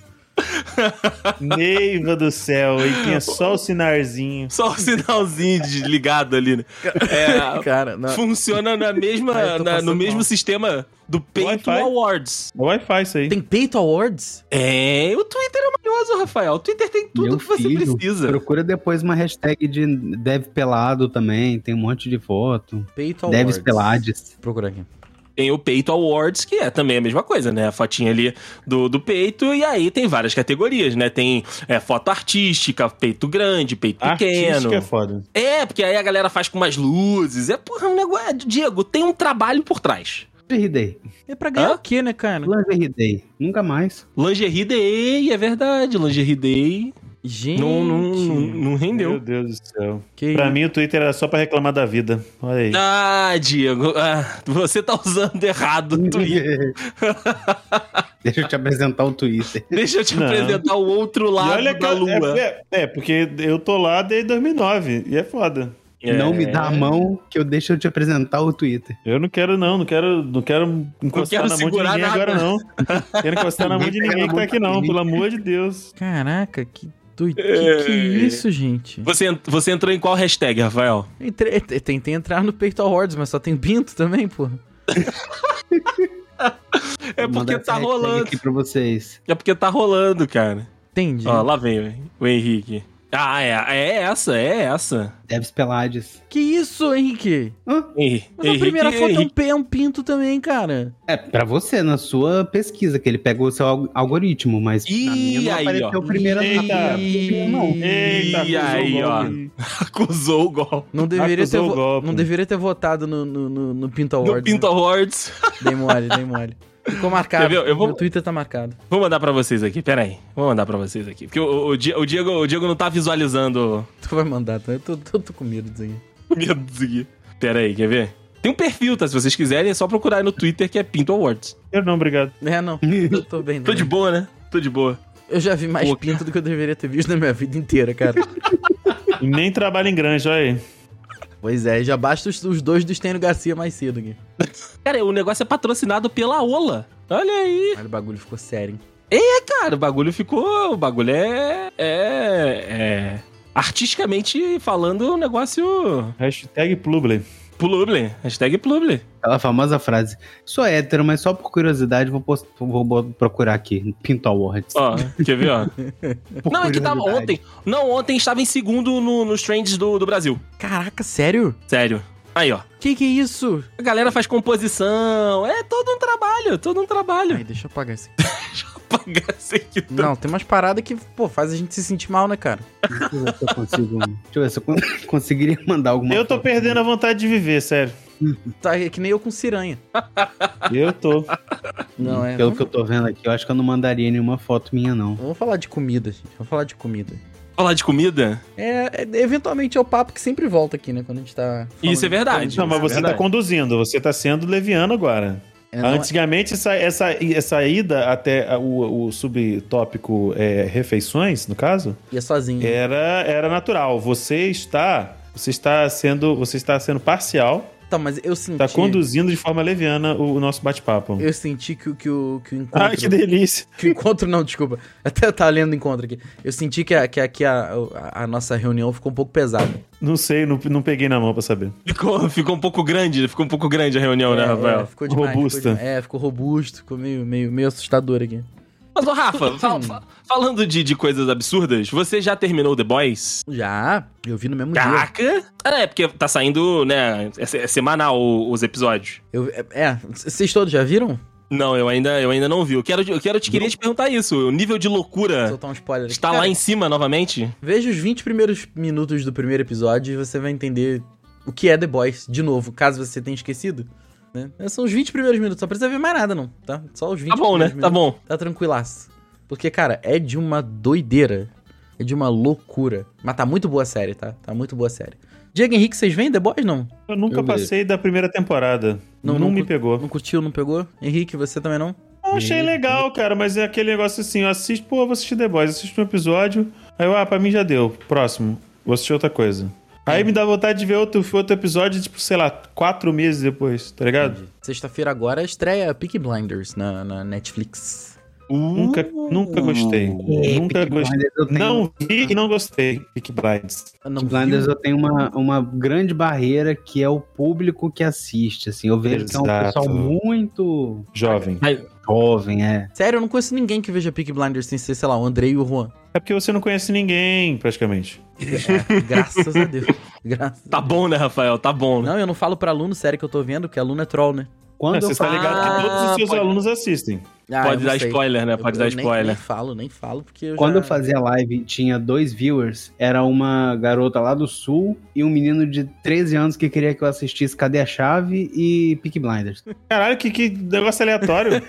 Neiva do céu, e tinha só o sinarzinho. Só o sinalzinho desligado ali, né? É, Cara, não. funciona na Ai, mesma, eu tô na- passando no mesmo mal. sistema do Peito Wi-Fi? Awards. É Wi-Fi isso aí. Tem peito awards? É, o Twitter é maravilhoso, Rafael. O Twitter tem tudo Meu que você um filho, precisa. Procura depois uma hashtag de Dev Pelado também, tem um monte de foto. Peito awards. Devs Pelades. Vou procurar aqui. Tem o Peito Awards, que é também a mesma coisa, né? A fotinha ali do, do peito, e aí tem várias categorias, né? Tem é, foto artística, peito grande, peito Artística é pequeno. foda. É, porque aí a galera faz com umas luzes. É, porra, um negócio. Diego, tem um trabalho por trás. Lingerie Day. É pra ganhar Hã? o quê, né, cara? Lingerie Day. Nunca mais. Lingerie Day, é verdade. Lingerie Day Gente. não, não, não, não Meu rendeu. Deus do céu. Que Pra mim, o Twitter era só pra reclamar da vida. Olha aí. Ah, Diego, ah, você tá usando errado o Twitter. Deixa eu te apresentar o Twitter. Deixa eu te Não. apresentar o outro E lado olha que da lua. É, é, porque eu tô lá desde 2009 e é foda. Não me É. dá a mão que eu deixo eu te apresentar o Twitter. Eu não quero não, não quero, não quero encostar quero na mão de segurar ninguém nada. agora não. Quero encostar na mão de Ninguém ninguém que tá pega aqui na mão não, de pelo amor de Deus. Caraca, que doido. É. Que, que isso, gente? Você, ent- você entrou em qual hashtag, Rafael? Entrei, te- tentei entrar no peito awards, mas só tem pinto também, porra. É Vou mandar porque essa tá hashtag rolando. aqui pra vocês. É porque tá rolando, cara. Entendi. Ó, Ah, lá vem o Henrique. Ah, é, é essa, é essa. Devs Pelades. Que isso, Henrique? Henrique, Mas a primeira foto é um, Henrique, pe- é um pinto também, cara. É, pra você, na sua pesquisa, que ele pegou o seu alg- algoritmo, mas Ih, na minha não aí, apareceu ó. primeira, na Eita. primeira não. Eita, E aí, ó. acusou o gol. Não deveria, ter Acusou o vo- golpe. não deveria ter votado no, no, no- no Pinto No Awards. Pinto né? Awards. Dei mole, dei mole. Ficou marcado. Quer ver? Eu vou- Meu Twitter tá marcado. Vou mandar pra vocês aqui, peraí. Vou mandar pra vocês aqui. Porque o, o Di- o Diego, o Diego não tá visualizando Tu vai mandar, tá? Eu tô, tô- tô com medo disso aqui. o medo disso aqui. Peraí, quer ver? Tem um perfil, tá? Se vocês quiserem, é só procurar no Twitter que é Pinto Awards. Eu não, obrigado. É, não. Eu tô bem. Tô de também. boa, né? Tô de boa. Eu já vi mais Pô, pinto do que eu deveria ter visto na minha vida inteira, cara. E nem trabalho em granja, olha aí. pois é, já basta os, os dois do Stênio Garcia mais cedo aqui. Cara, o negócio é patrocinado pela Ola. Olha aí. Olha, o bagulho ficou sério, hein? Cara, o bagulho ficou. O bagulho é. É. é artisticamente falando, um negócio. Hashtag Pluble. Pluble. Hashtag Pluble. Aquela famosa frase. Sou hétero, mas só por curiosidade vou, post- vou bo- procurar aqui. Pinto Awards. Ó, quer ver, ó? Por não, é que tava curiosidade. ontem. Não, ontem estava em segundo no- nos trends do, do Brasil. Caraca, sério? Sério. Aí, ó. Que que é isso? A galera faz composição. É todo um trabalho, todo um trabalho. Ai, deixa eu apagar isso aqui. Pagar isso aqui. Não, tem umas paradas que, pô, faz a gente se sentir mal, né, cara? Deixa eu ver se eu consigo. Deixa eu ver se eu con- conseguiria mandar alguma Eu tô foto. perdendo a vontade de viver, sério. Tá é que nem eu com piranha. Eu tô. Não, é. Pelo vamos- que eu tô vendo aqui, eu acho que eu não mandaria nenhuma foto minha, não. Vamos falar de comida, gente. Vamos falar de comida. Falar de comida? É, é- eventualmente é o papo que sempre volta aqui, né? Quando a gente tá. Isso é verdade. Não, mas isso é você tá verdade. conduzindo, você tá sendo leviano agora. É, não, Antigamente, essa, essa, essa ida até a- o, o subtópico é, refeições, no caso, ia é sozinho. era, era natural. Você está. Você está sendo. Você está sendo parcial, Tá, mas eu senti. está conduzindo de forma leviana o, o nosso bate-papo. Eu senti que, o- que, o, que o encontro. Ai, que delícia! que o encontro não, desculpa. Até eu tava lendo o encontro aqui. Eu senti que aqui a, que a, a, a nossa reunião ficou um pouco pesada. Não sei, não, não peguei na mão pra saber. Ficou, ficou um pouco grande, ficou um pouco grande a reunião, né, É, Rafael? é, ficou demais, Robusta. Ficou demais. é, ficou robusto, ficou meio, meio, meio assustador aqui. Mas, ô, Rafa, fal- fa- falando de, de coisas absurdas, você já terminou The Boys? Já, eu vi no mesmo Um dia. Caraca! É, porque tá saindo, né? É, se- é semanal o- os episódios. Eu, é, é, vocês todos já viram? Não, eu ainda, eu ainda não vi. Eu quero, eu quero te queria te perguntar isso. O nível de Vou loucura soltar um spoiler aqui. É. está lá em cima novamente? Tá Veja os 20 primeiros minutos do primeiro episódio e você vai entender o que é The Boys, de novo, caso você tenha esquecido. Né? São os 20 primeiros minutos, não precisa ver mais nada, não, tá? Só os 20 Tá bom, né? primeiros Tá minutos. bom. Tá tranquilaço. Porque, cara, é de uma doideira. É de uma loucura. Mas tá muito boa a série, tá? Tá muito boa a série. Diego Henrique, vocês veem The Boys, não? Eu nunca Eu vi. passei da primeira temporada. Não, Não, não me cu- pegou. Não curtiu, não pegou? Henrique, você também não? Eu achei legal, cara, mas é aquele negócio assim, eu assisto, pô, eu vou assistir The Boys, assisto um episódio, aí eu, ah, pra mim já deu, próximo, vou assistir outra coisa. Aí me dá vontade de ver outro, outro episódio, tipo, sei lá, quatro meses depois, tá ligado? é Sexta-feira agora estreia Peaky Blinders na, na Netflix. Nunca, nunca gostei. É, nunca Peaky gostei. Blinders eu tenho- Não vi e não gostei. Peak Blinds. Não, Peaky Blinders viu? eu tenho uma, uma grande barreira que é o público que assiste, assim. Eu vejo que é um Exato. pessoal muito Jovem. jovem, é. Sério, eu não conheço ninguém que veja Peak Blinders sem ser, sei lá, o Andrei e o Juan. É porque você não conhece ninguém, praticamente. É, graças a Deus. Graças. Tá bom, né, Rafael? Tá bom, né? Não, eu não falo pra aluno, sério, que eu tô vendo, que aluno é troll, né? Quando você eu está falo, "Ah, ligado que todos os seus pode- alunos assistem. Ah, eu Pode não dar sei. spoiler, né? Eu- Pode eu dar nem- spoiler. Nem falo, nem falo, porque eu Quando já- eu fazia live e tinha dois viewers, era uma garota lá do sul e um menino de 13 anos que queria que eu assistisse Cadê a Chave e Peak Blinders. Caralho, que, que negócio aleatório.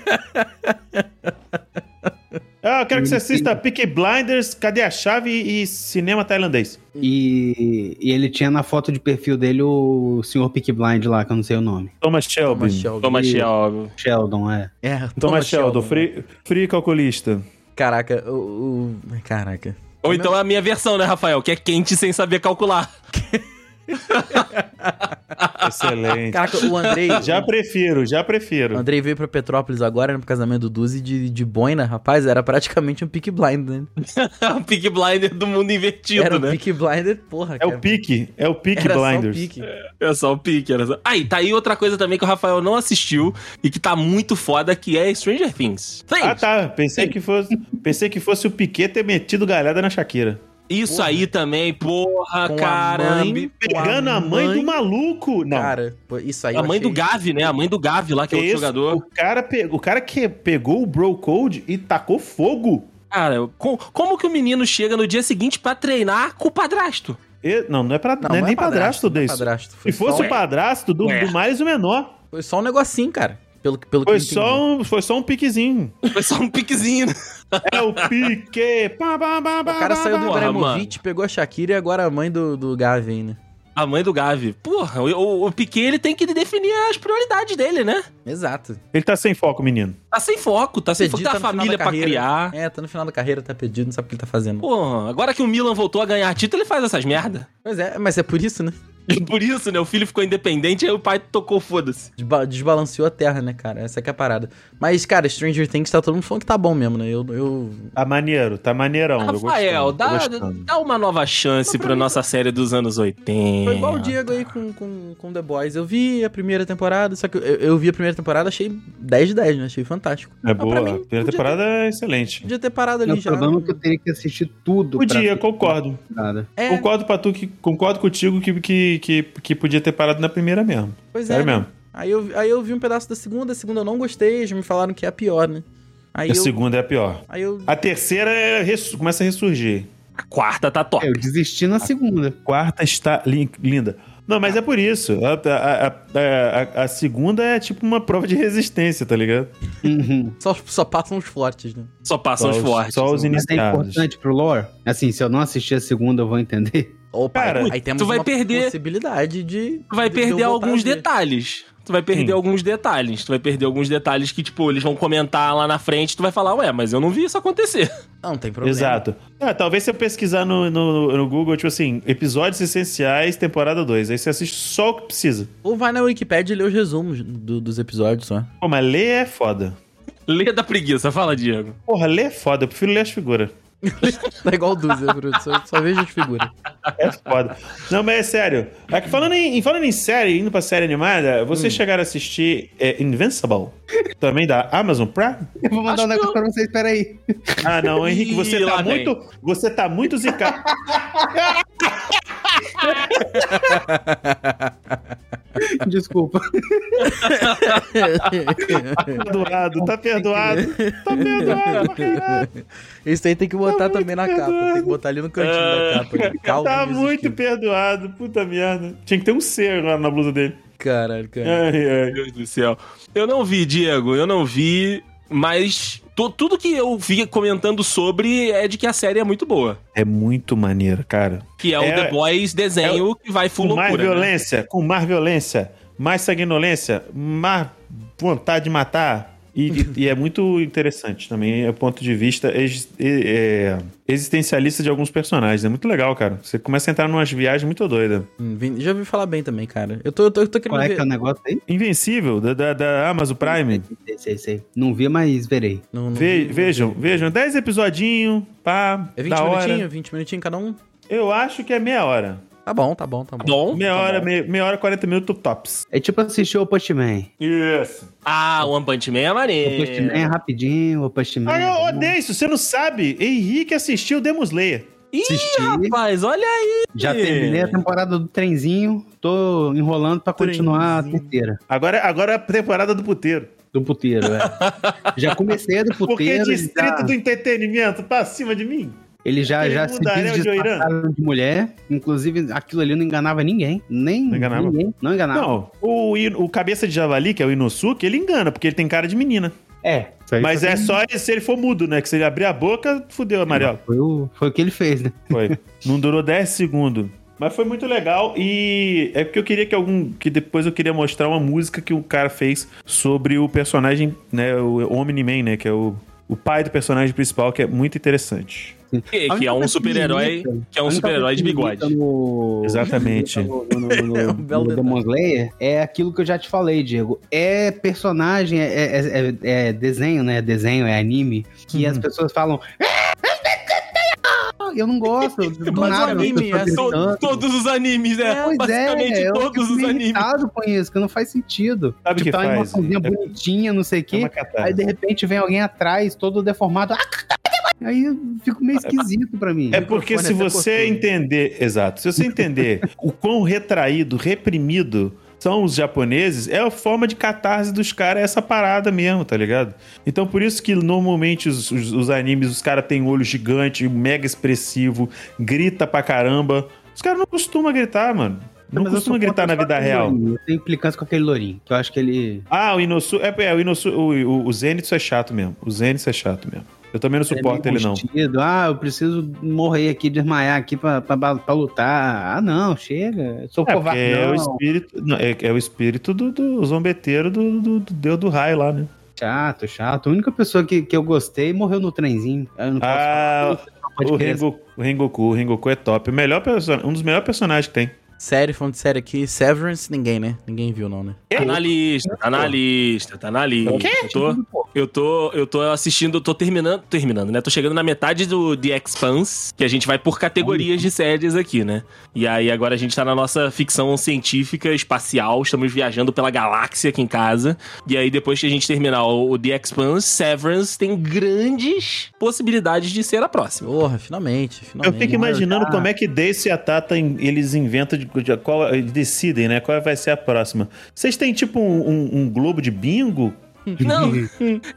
ah, eu quero que você assista Peak Blinders, Cadê a Chave e Cinema Tailandês. E, e ele tinha na foto de perfil dele o senhor Peak Blind lá, que eu não sei o nome. Thomas Shelby. Thomas Thomas, Shelby. Toma, Isso. Shelby. Sheldon, é. É, Sheldon, free, free calculista. Caraca, o, o- Caraca. Ou então a minha versão, né, Rafael? Que é quente sem saber calcular. Excelente. Caraca, o Andrei. já prefiro, já o prefiro. Andrei veio pra Petrópolis agora, no casamento do Duzi de, de boina, rapaz, era praticamente um pick blind, né? o Pig Blinder do mundo invertido, Era um né? pick blind, porra, É o pique, é o Peak Era só o Blinders. pique. É só o pique. Era só... Aí, tá aí outra coisa também que o Rafael não assistiu e que tá muito foda, que é Stranger Things. Things. Ah, tá. Pensei que fosse, pensei que fosse o Piquet ter metido galhada na Shakira. Isso Porra. aí também, porra, Com a cara. mãe- com Pegando a mãe do maluco. Não. Cara, pô, isso aí. A eu mãe do achei- Gavi, né? A mãe do Gavi lá, que é outro Esse- jogador. O cara, pe- o cara que pegou o Bro Code e tacou fogo. Cara, eu- com- como que o menino chega no dia seguinte pra treinar com o padrasto? E- não, não é, pra, não é não nem padrasto, não é desse. padrasto. Foi Se fosse só, um- o padrasto do, Ué. do mais o menor. foi só um negocinho, cara. Pelo, pelo Foi que eu entendi. só, um, foi só um piquezinho. Foi só um piquezinho, né? É o pique. Pá, pá, pá, O cara saiu do Porra, Ibrahimovic, pegou a Shakira e agora a mãe do, do Gavin, né? A mãe do Gavi. Porra, o, o, o Piquet ele tem que definir as prioridades dele, né? Exato. Ele tá sem foco, menino. Tá sem foco, tá sem Perdido, foco. Tá tá a no final família da pra carreira. criar. É, tá no final da carreira, tá perdido, não sabe o que ele tá fazendo. Porra, agora que o Milan voltou a ganhar título, ele faz essas merda. Pois é, mas é por isso, né? E Por isso, né? O filho ficou independente, aí o pai tocou foda-se. Desba- Desbalanceou a terra, né, cara? Essa que é a parada. Mas, cara, Stranger Things tá todo mundo falando que tá bom mesmo, né? Eu. eu... Tá maneiro, tá maneirão. eu Rafael, gostando, dá, tô gostando. dá uma nova chance pra nossa série dos anos 80. Foi igual o Diego aí com, com, com The Boys. Eu vi a primeira temporada, só que eu, eu vi a primeira temporada, achei 10 de 10, né? Achei fantástico. É Mas pra boa. mim, um A podia primeira ter- temporada é excelente. Podia ter parado ali O já. problema é que eu teria que assistir tudo. pra Podia, ver concordo. nada. É, Concordo pra tu que concordo contigo que, que, que, que podia ter parado na primeira mesmo. pois é. Sério né? mesmo. Aí eu, aí eu vi um pedaço da segunda, a segunda eu não gostei, já me falaram que é a pior, né? Aí a eu. segunda é a pior. Aí eu. A terceira é ressu- começa a ressurgir. A quarta tá top. Eu desisti na segunda. Quarta está lin- linda. Não, Tá. mas é por isso. A, a- a- a- a- a segunda é tipo uma prova de resistência, tá ligado? Uhum. Só, só passam os fortes, né? Só passam os só, fortes. Só os Mas é iniciados. importante pro lore? Assim, se eu não assistir a segunda, eu vou entender. Opa, Cara, aí temos tu vai uma perder- possibilidade de. Tu vai de- de eu perder voltar a alguns ver. detalhes. Tu vai perder Sim. alguns detalhes. Tu vai perder alguns detalhes que, tipo, eles vão comentar lá na frente. Tu vai falar, ué, mas eu não vi isso acontecer. Não, não tem problema. Exato. Ah, talvez se eu pesquisar no, no, no Google, tipo assim, episódios essenciais, temporada 2. Aí você assiste só o que precisa. Ou vai na Wikipedia e lê os resumos do- dos episódios só. Pô, mas ler é foda. Lê da preguiça, fala, Diego. Porra, ler é foda. Eu prefiro ler as figuras. Tá igual o Duzia, Bruno. Só, só vejo as figuras. É foda. Não, mas é sério. É que falando em, falando em série, indo pra série animada, Hum. vocês chegaram a assistir é, Invincible, também da Amazon Prime? Eu vou mandar Acho um negócio que pra vocês, peraí. Ah, não, Henrique, Ih, você lá tá vem. muito. Você tá muito zicado. Desculpa. Tá perdoado, tá perdoado. Tá perdoado. Isso aí tem Tá que botar também na capa. Tem que botar ali no cantinho da capa. né? ali. Calvin tá e os muito esquilos. perdoado. Puta merda. Tinha que ter um C agora na blusa dele. Caralho, É. cara. Ai, ai. Meu Deus do céu. Eu não vi, Diego, eu não vi, mas tu- tudo que eu vi comentando sobre é de que a série é muito boa. É muito maneiro, cara. Que é o É- The Boys desenho que vai Com full mais loucura. né? violência, com mais violência, mais sanguinolência, mais vontade de matar. E, e- e é muito interessante também, é o ponto de vista ex- e- é, existencialista de alguns personagens. É muito legal, cara. Você começa a entrar numas viagens muito doidas. Hum, Vin- Já ouvi falar bem também, cara. Eu tô, eu tô, eu tô querendo Qual é ver. que é o negócio aí? Invencível, da, da, da Amazon Prime. Sei, sei, sei. Não vi, mas verei. Não- não Ve- vi, não vejam, vi. vejam. 10 episodinhos, pá, É 20 da hora. minutinhos? 20 minutinhos cada um? Eu acho que é meia hora. Tá bom, tá bom, tá bom. Bom. Meia tá hora, bom. meia, meia hora, 40 minutos, tops. É tipo assistir o Postman. Isso. Ah, o One Punch Man é O Postman é maneiro. rapidinho, o Postman. Ah, é eu bom. odeio isso, você não sabe. Henrique assistiu Demon Slayer. Ih, Assisti. rapaz, olha aí. Já terminei a temporada do trenzinho. Tô enrolando pra continuar a Trenzinho. terceira. Agora, agora é a temporada do puteiro. Do puteiro, é. Já comecei a do Porque puteiro. distrito já- do entretenimento tá acima de mim. Eles já, Aquele já se mundaréu de desdisfarçaram de mulher. Inclusive, aquilo ali não enganava ninguém. Nem Não enganava. ninguém. Não enganava. Não, o, I- o cabeça de javali, que é o Inosuke, ele engana, porque ele tem cara de menina. É. isso aí Mas foi- é só se ele for mudo, né? Que se ele abrir a boca, fudeu, amarelo. Foi o, foi o que ele fez, né? Foi. Não durou 10 segundos. Mas foi muito legal e é porque eu queria que algum. Que depois eu queria mostrar uma música que o cara fez sobre o personagem, né? O Omni-Man, né? Que é o, o pai do personagem principal, que é muito interessante. Que, A que é única um coisa super-herói. limita- Que é a um única super-herói de coisa que bigode. É limita No... Exatamente. No, no, no, no, um belo no Demon Slayer é aquilo que eu já te falei, Diego. É personagem, é, é- é- é desenho, né? Desenho, é anime. Que Uhum. as pessoas falam. "Ah, Eu não gosto. eu- Do Mas nada, o anime eu tô é assim. To- gritando. todos os animes, né? Pois Basicamente é, eu todos fico os meio animes. irritado com isso, que não faz sentido. Sabe o que tá uma faz? cozinha É- bonitinha, não sei o É uma quê. Aí catarse. de repente vem alguém atrás, todo deformado. "Ah, Aí fica meio esquisito pra mim. É porque se microfone até você cortou. entender, exato, se você entender o quão retraído, reprimido são os japoneses, é a forma de catarse dos caras, é essa parada mesmo, tá ligado? Então por isso que normalmente os, os- os animes, os caras têm olho gigante, mega expressivo, grita pra caramba. Os caras não costumam gritar, mano. Não É, Mas eu sou costumam gritar na contra só vida aquele real. lourinho. Eu tenho implicância com aquele lourinho, que eu acho que ele. Ah, o Inosu, é, é, o, Inosu, o, o, o Zenitsu é chato mesmo. O Zenitsu é chato mesmo. Eu também não suporto é meio ele não. enrustido. Ah, eu preciso morrer aqui, desmaiar aqui pra, pra, pra- pra lutar. Ah, não, chega. Eu sou É, porque covarde. é o não. espírito, não, é, é o espírito do, do zombeteiro do, do, do deus do raio lá, né? Chato, chato. A única pessoa que, que eu gostei morreu no trenzinho. Eu não posso Ah, falar. Não pode o, crer. Rengoku, o Rengoku, o Rengoku é top. O melhor perso- um dos melhores personagens que tem. Série, falando de série aqui. Severance, ninguém, né? Ninguém viu, não, né? Tá na lista, tá na lista, tá na lista. Eu tô, eu tô, eu tô assistindo, eu tô terminando, terminando, né? Tô chegando na metade do The Expanse, que a gente vai por categorias de séries aqui, né? E aí agora a gente tá na nossa ficção científica espacial, estamos viajando pela galáxia aqui em casa. E aí depois que a gente terminar o, o The Expanse, Severance tem grandes possibilidades de ser a próxima. Porra, finalmente, Eu finalmente. fico imaginando como é que Dace e a Tata em- eles inventam de, de qual eles decidem, né? Qual vai ser a próxima? Vocês têm tipo um, um- um globo de bingo? Não.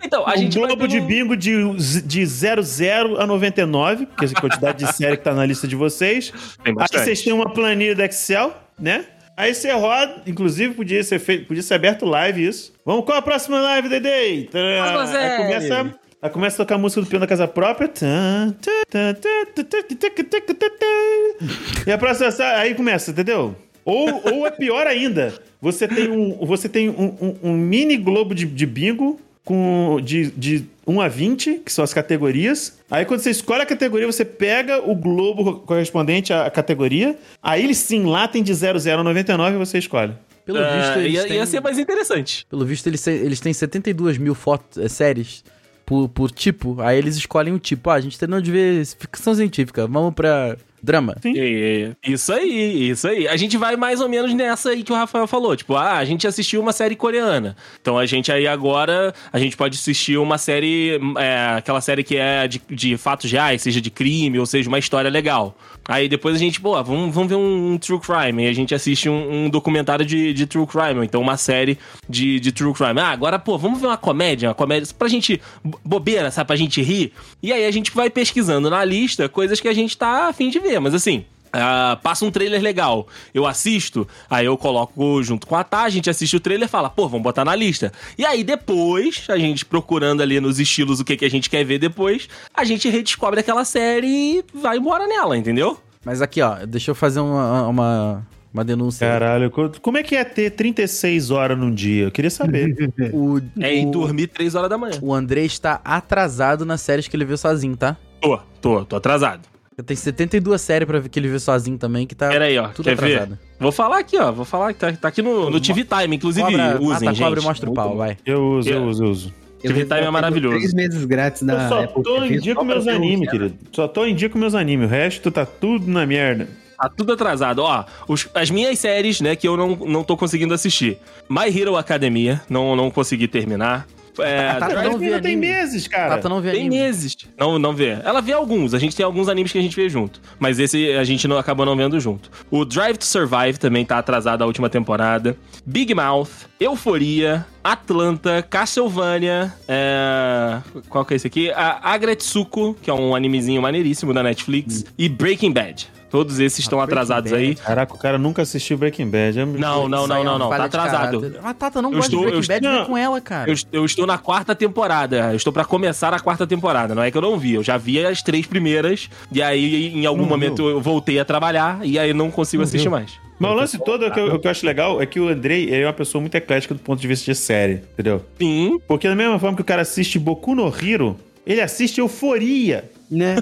Então, a um gente vai globo de pelo- bingo de, de 00 a 99, que é a quantidade de série que tá na lista de vocês. Tem Aí bastante. vocês têm uma planilha do Excel, né? Aí você roda, inclusive podia ser feito, podia ser aberto live isso. Vamos qual a próxima live, Dedei? Tadã! Vamos, Zé! Aí começa, aí começa a tocar a música do piano da casa própria. Tã, tã, tã, tã, tã, tã, tã, tã, tã, tã, tã. E a próxima sa- aí começa, entendeu? Ou, ou é pior ainda, você tem um, você tem um, um- um mini globo de, de bingo com de, de 1 a 20, que são as categorias. Aí quando você escolhe a categoria, você pega o globo correspondente à categoria. Aí ele sim, lá tem de 00 a 99 e você escolhe. Pelo Ah, visto, É, eles ia, têm... ia ser mais interessante. Pelo visto, eles, têm- eles têm 72 mil fotos, eh, séries por, por tipo. Aí eles escolhem o tipo. Ah, a gente terminou de ver ficção científica. Vamos pra drama. Sim. É, é, Isso aí, isso aí. A gente vai mais ou menos nessa aí que o Rafael falou. Tipo, ah, a gente assistiu uma série coreana. Então a gente aí agora, a gente pode assistir uma série, é, aquela série que é de, de fatos reais, seja de crime, ou seja, uma história legal. Aí depois a gente, pô, vamos, vamos ver um, um true crime. E a gente assiste um, um documentário de, de true crime, ou então uma série de, de true crime. Ah, agora, pô, vamos ver uma comédia, uma comédia pra gente bo- bobeira, sabe? Pra gente rir. E aí a gente vai pesquisando na lista coisas que a gente tá afim de ver, mas assim. ah, passa um trailer legal, eu assisto, aí eu coloco junto com a Tá, a gente assiste o trailer e fala, pô, vamos botar na lista. E aí depois, a gente procurando ali nos estilos o que, que a gente quer ver depois, a gente redescobre aquela série e vai embora nela, entendeu? Mas aqui, ó, deixa eu fazer uma, uma, Uma denúncia. Caralho, co- como é que é ter 36 horas num dia? Eu queria saber. O, É ir o, dormir 3 horas da manhã. o André está atrasado nas séries que ele viu sozinho, tá? Tô, tô, tô atrasado. Tem 72 séries pra ver que ele viu sozinho também, que tá Pera aí, ó. tudo Quer ver? atrasado. Vou falar aqui, ó. Vou falar que tá, tá aqui no, no TV Time, inclusive Cobra, usem, mata a gente. cobra e mostra o Muito pau, bom. vai. Eu uso, É. eu uso, eu uso. TV Time é maravilhoso. Três meses grátis da eu só Apple tô TV em dia é só com pra meus ter um animes, querido. Só tô em dia com meus animes. O resto tá tudo na merda. Tá tudo atrasado. Ó, os- as minhas séries, né, que eu não, não tô conseguindo assistir. My Hero Academia, não, não consegui terminar. É, Tá- tá- Drive não vi ainda tem anime. meses, cara. Tata não vê tem anime. meses. Não, não vê. Ela vê alguns. A gente tem alguns animes que a gente vê junto. Mas esse a gente não acabou não vendo junto. O Drive to Survive também tá atrasado a última temporada. Big Mouth, Euforia, Atlanta, Castlevania. É... Qual que é esse aqui? A Agretsuko, que é um animezinho maneiríssimo da Netflix. E Breaking Bad. Todos esses estão Hum. Ah, Breaking atrasados Bad. aí. Caraca, o cara nunca assistiu Breaking Bad. É- Não, não, Isso aí não, é não, uma não. Tá falha de atrasado. caráter. Mas Tata não Eu gosta estou- de eu Breaking Bad, estou- vem com ela, cara. Eu, eu estou na quarta temporada. Eu estou pra começar a quarta temporada. Não é que eu não vi. Eu já vi as três primeiras. E aí, em algum Não momento, eu voltei a trabalhar. E aí, não consigo assistir mais. Mas o lance todo, o que, eu, o que eu acho legal é que o Andrei ele é uma pessoa muito eclética do ponto de vista de série, entendeu? Sim. Porque da mesma forma que o cara assiste Boku no Hiro, ele assiste Euforia. Né?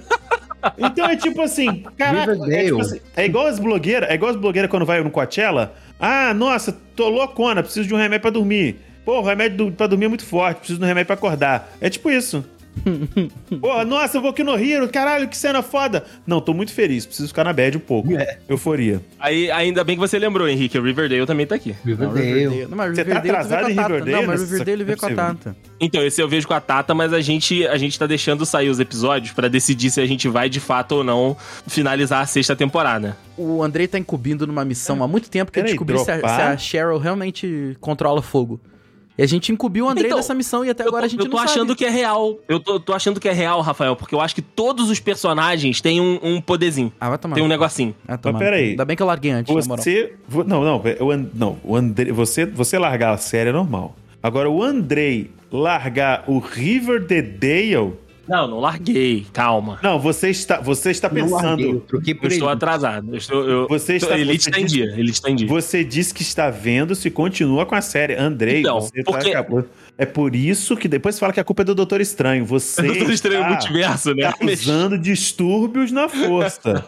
Então é tipo assim, caraca, é, Riverdale. tipo assim, é igual as blogueiras, é igual as blogueiras quando vai no Coachella. Ah, nossa, tô loucona, preciso de um remédio pra dormir. Pô, o remédio do, pra dormir é muito forte, preciso de um remédio pra acordar. É tipo isso. Porra, nossa, eu vou aqui no Hiro, caralho, que cena foda. Não, tô muito feliz, preciso ficar na bad um pouco. É. Euforia. Aí, ainda bem que você lembrou, Henrique. O Riverdale também tá aqui. Não, Riverdale. Não, mas Você tá Riverdale tu vê atrasado com a em Tata. Riverdale? Não, mas Não, Riverdale ele vê isso com é a Tata. Então, esse eu vejo com a Tata, mas a gente, a gente tá deixando sair os episódios pra decidir se a gente vai, de fato, ou não finalizar a sexta temporada. O Andrei tá incumbindo numa missão há muito tempo que eu Peraí, descobri se a, dropar? se a Cheryl realmente controla fogo. E a gente incumbiu o Andrei Então, dessa missão e até Eu agora tô- a gente eu não tô sabe. achando que é real. Eu tô, tô achando que é real, Rafael, porque eu acho que todos os personagens têm um, um poderzinho. Ah, vai tomar. Tem um negocinho. Ah, tomar. Mas peraí. Ainda bem que eu larguei antes, na moral. Você. vo- Não, não. é, O And, não o Andrei, você, você largar a série é normal. Agora, o Andrei largar o River the Dale. Não, não larguei. Calma. Não, você está, você está Não larguei, eu pensando. troquei Eu por estou ele. atrasado. Eu estou, eu... Você está- Ele você está em diz- dia. Ele está em dia. Você diz que está vendo se continua com a série. Andrei, Então, você tá- porque- acabou. É por isso que depois você fala que a culpa é do Doutor Estranho. Você. Eu tô estranho o está multiverso, né? Causando distúrbios na força.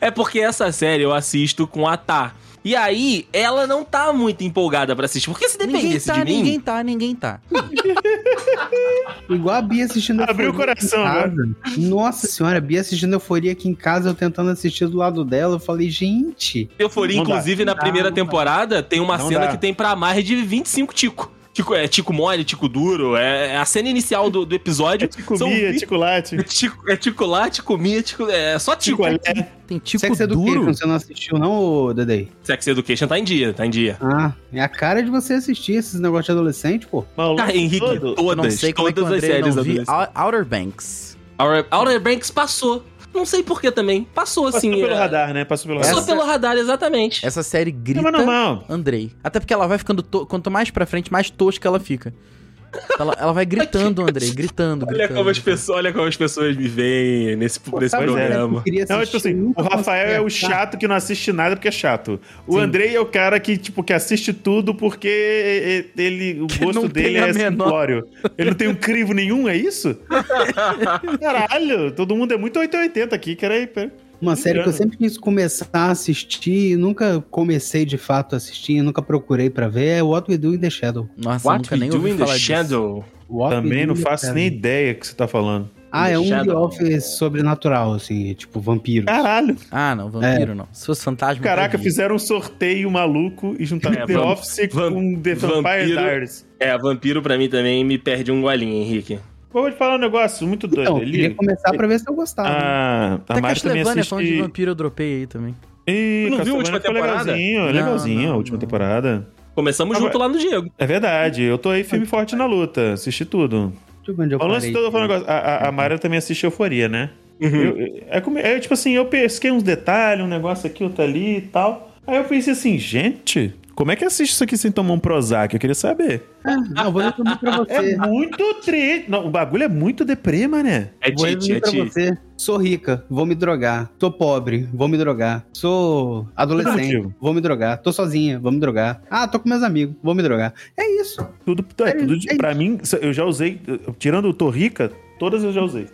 É porque essa série eu assisto com a Tá. E aí, ela não tá muito empolgada pra assistir. Porque se Ninguém dependesse tá, de mim. ninguém tá, ninguém tá. Igual a Bia assistindo Abriu o Euforia aqui coração né? em agora. casa. Nossa senhora, a Bia assistindo Euforia aqui em casa, eu tentando assistir do lado dela. Eu falei, gente, Euforia, Não dá. inclusive, na Não primeira dá. temporada, tem uma Não cena dá. que tem pra mais de 25 tico. Tico, é tico mole, tico duro. É, é a cena inicial do, do episódio. É tico mia, é 20 tico late. é tico, é tico lá, tico mia, tico. É só tico. Tico alé. Tem Tipo tico é Sex Education duro. você não assistiu não, ô Dedei? Sex Education tá em dia, tá em dia. Ah, é a cara de você assistir esses negócios de adolescente, pô. Maluco Tá, Henrique, todo. Eu não todas, sei como é que o todas as Andrei séries não vi adolescentes. Ou- Outer Banks. Outer, Outer Banks passou. Não sei por que também. Passou, Passou assim. pelo é, radar, né? Passou pelo Passou radar. Essa- pelo radar, exatamente. Essa série grita Não, mas normal. Andrei. Até porque ela vai ficando. to- Quanto mais pra frente, mais tosca ela fica. Ela, ela vai gritando, Andrei, gritando, Olha gritando. como, as pessoas, olha como as pessoas me veem nesse, nesse sabe, programa. queria Não, tipo assim, o Rafael é o chato que não assiste nada porque é chato. O Andrei é o cara que, tipo, que assiste tudo porque e- e- ele, o não gosto tem dele a é menor- simplório. Ele não tem um crivo nenhum, é isso? Caralho, todo mundo é muito 880 aqui, cara. pera. Uma série que eu sempre quis começar a assistir e nunca comecei de fato a assistir, nunca procurei pra ver é What We Do in the Shadow. Nossa, eu What nunca we nem do ouvi in the falar disso. shadow? What We Também Do não in the faço Shadow. nem ideia que você tá falando. Ah, é um Shadow. The Office sobrenatural, assim, é tipo vampiro. Caralho, Ah, não, vampiro não. Se fosse fantasma. caraca, eu vi. fizeram um sorteio maluco e juntaram É, The vam- Office vam- com The Vampire vampiro. Diaries. É, vampiro pra mim também me perde um golinho, Henrique. Pô, Vou te falar um negócio muito doido. Então, eu é ali. queria começar pra ver se eu gostava. Ah, a Até Mari também Castlevania falando é de assiste... vampiro, eu dropei aí também. Ih, Tu não viu Castlevania a foi última temporada? Legalzinho, é Não, legalzinho não, a última não. temporada. Começamos Ah, junto mas- lá no Diego. É verdade, eu tô aí firme e forte na luta, assisti tudo. Deixa eu ver onde eu O lance parei. todo eu falo um negócio, a, a, a Mara também assiste Euforia, Hum. Uhum. né? Eu- eu- é, como- é tipo assim, eu pesquei uns detalhes, um negócio aqui, outro ali e tal. Aí eu pensei assim, gente, como é que assiste isso aqui sem tomar um Prozac? Eu queria saber. Ah, não, vou resumir pra É você. muito triste. Não, o bagulho é muito deprema, né? É Vou Tite, resumir é pra Tite. você. Sou rica, vou me drogar. Sou pobre, vou me drogar. Sou adolescente, motivo. vou me drogar. Tô sozinha, vou me drogar. Ah, tô com meus amigos, vou me drogar. É isso. Tudo, é, É, tudo de- é pra mim, eu já usei, tirando o Tô Rica, todas eu já usei.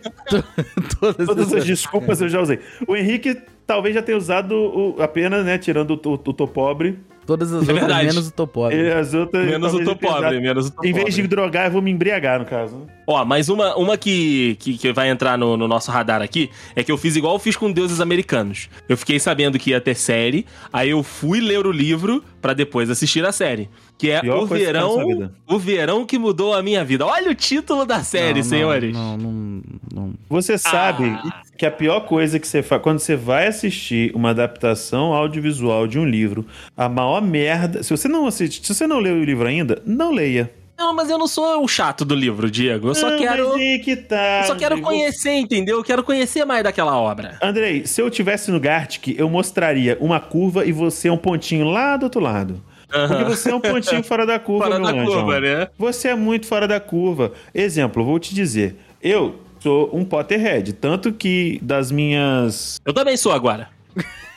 Todas Todas as essas- desculpas eu já usei. O Henrique talvez já tenha usado o- apenas, né, tirando o, o, o Tô Pobre. Todas as É outras, verdade. É, menos o Tô Pobre. Ele- as outras, Menos o talvez tô já tenha usado. pobre, menos o tô Em vez pobre. de drogar, eu vou me embriagar, no caso. né? Ó, mas uma, uma que, que, que vai entrar no, no nosso radar aqui é que eu fiz igual eu fiz com deuses americanos. Eu fiquei sabendo que ia ter série, aí eu fui ler o livro pra depois assistir a série. Que é Pior O coisa que tem Verão. nessa vida. O Verão que mudou a minha vida. Olha o título da série, Não, não, senhores. Não, não, não. Ah. Você sabe que a pior coisa que você faz. Quando você vai assistir uma adaptação audiovisual de um livro, a maior merda. Se você não assiste, se você não leu o livro ainda, não leia. Não, mas eu não sou o chato do livro, Diego. Eu só Não, quero. mas aí que tá, Eu só quero Diego. conhecer, entendeu? Eu quero conhecer mais daquela obra. Andrei, se eu tivesse no Gartic, eu mostraria uma curva e você é um pontinho lá do outro lado. Porque Aham. você é um pontinho fora da curva, Fora meu da anjo. curva, né? Você é muito fora da curva. Exemplo, vou te dizer. Eu sou um Potterhead, tanto que das minhas Eu também sou agora.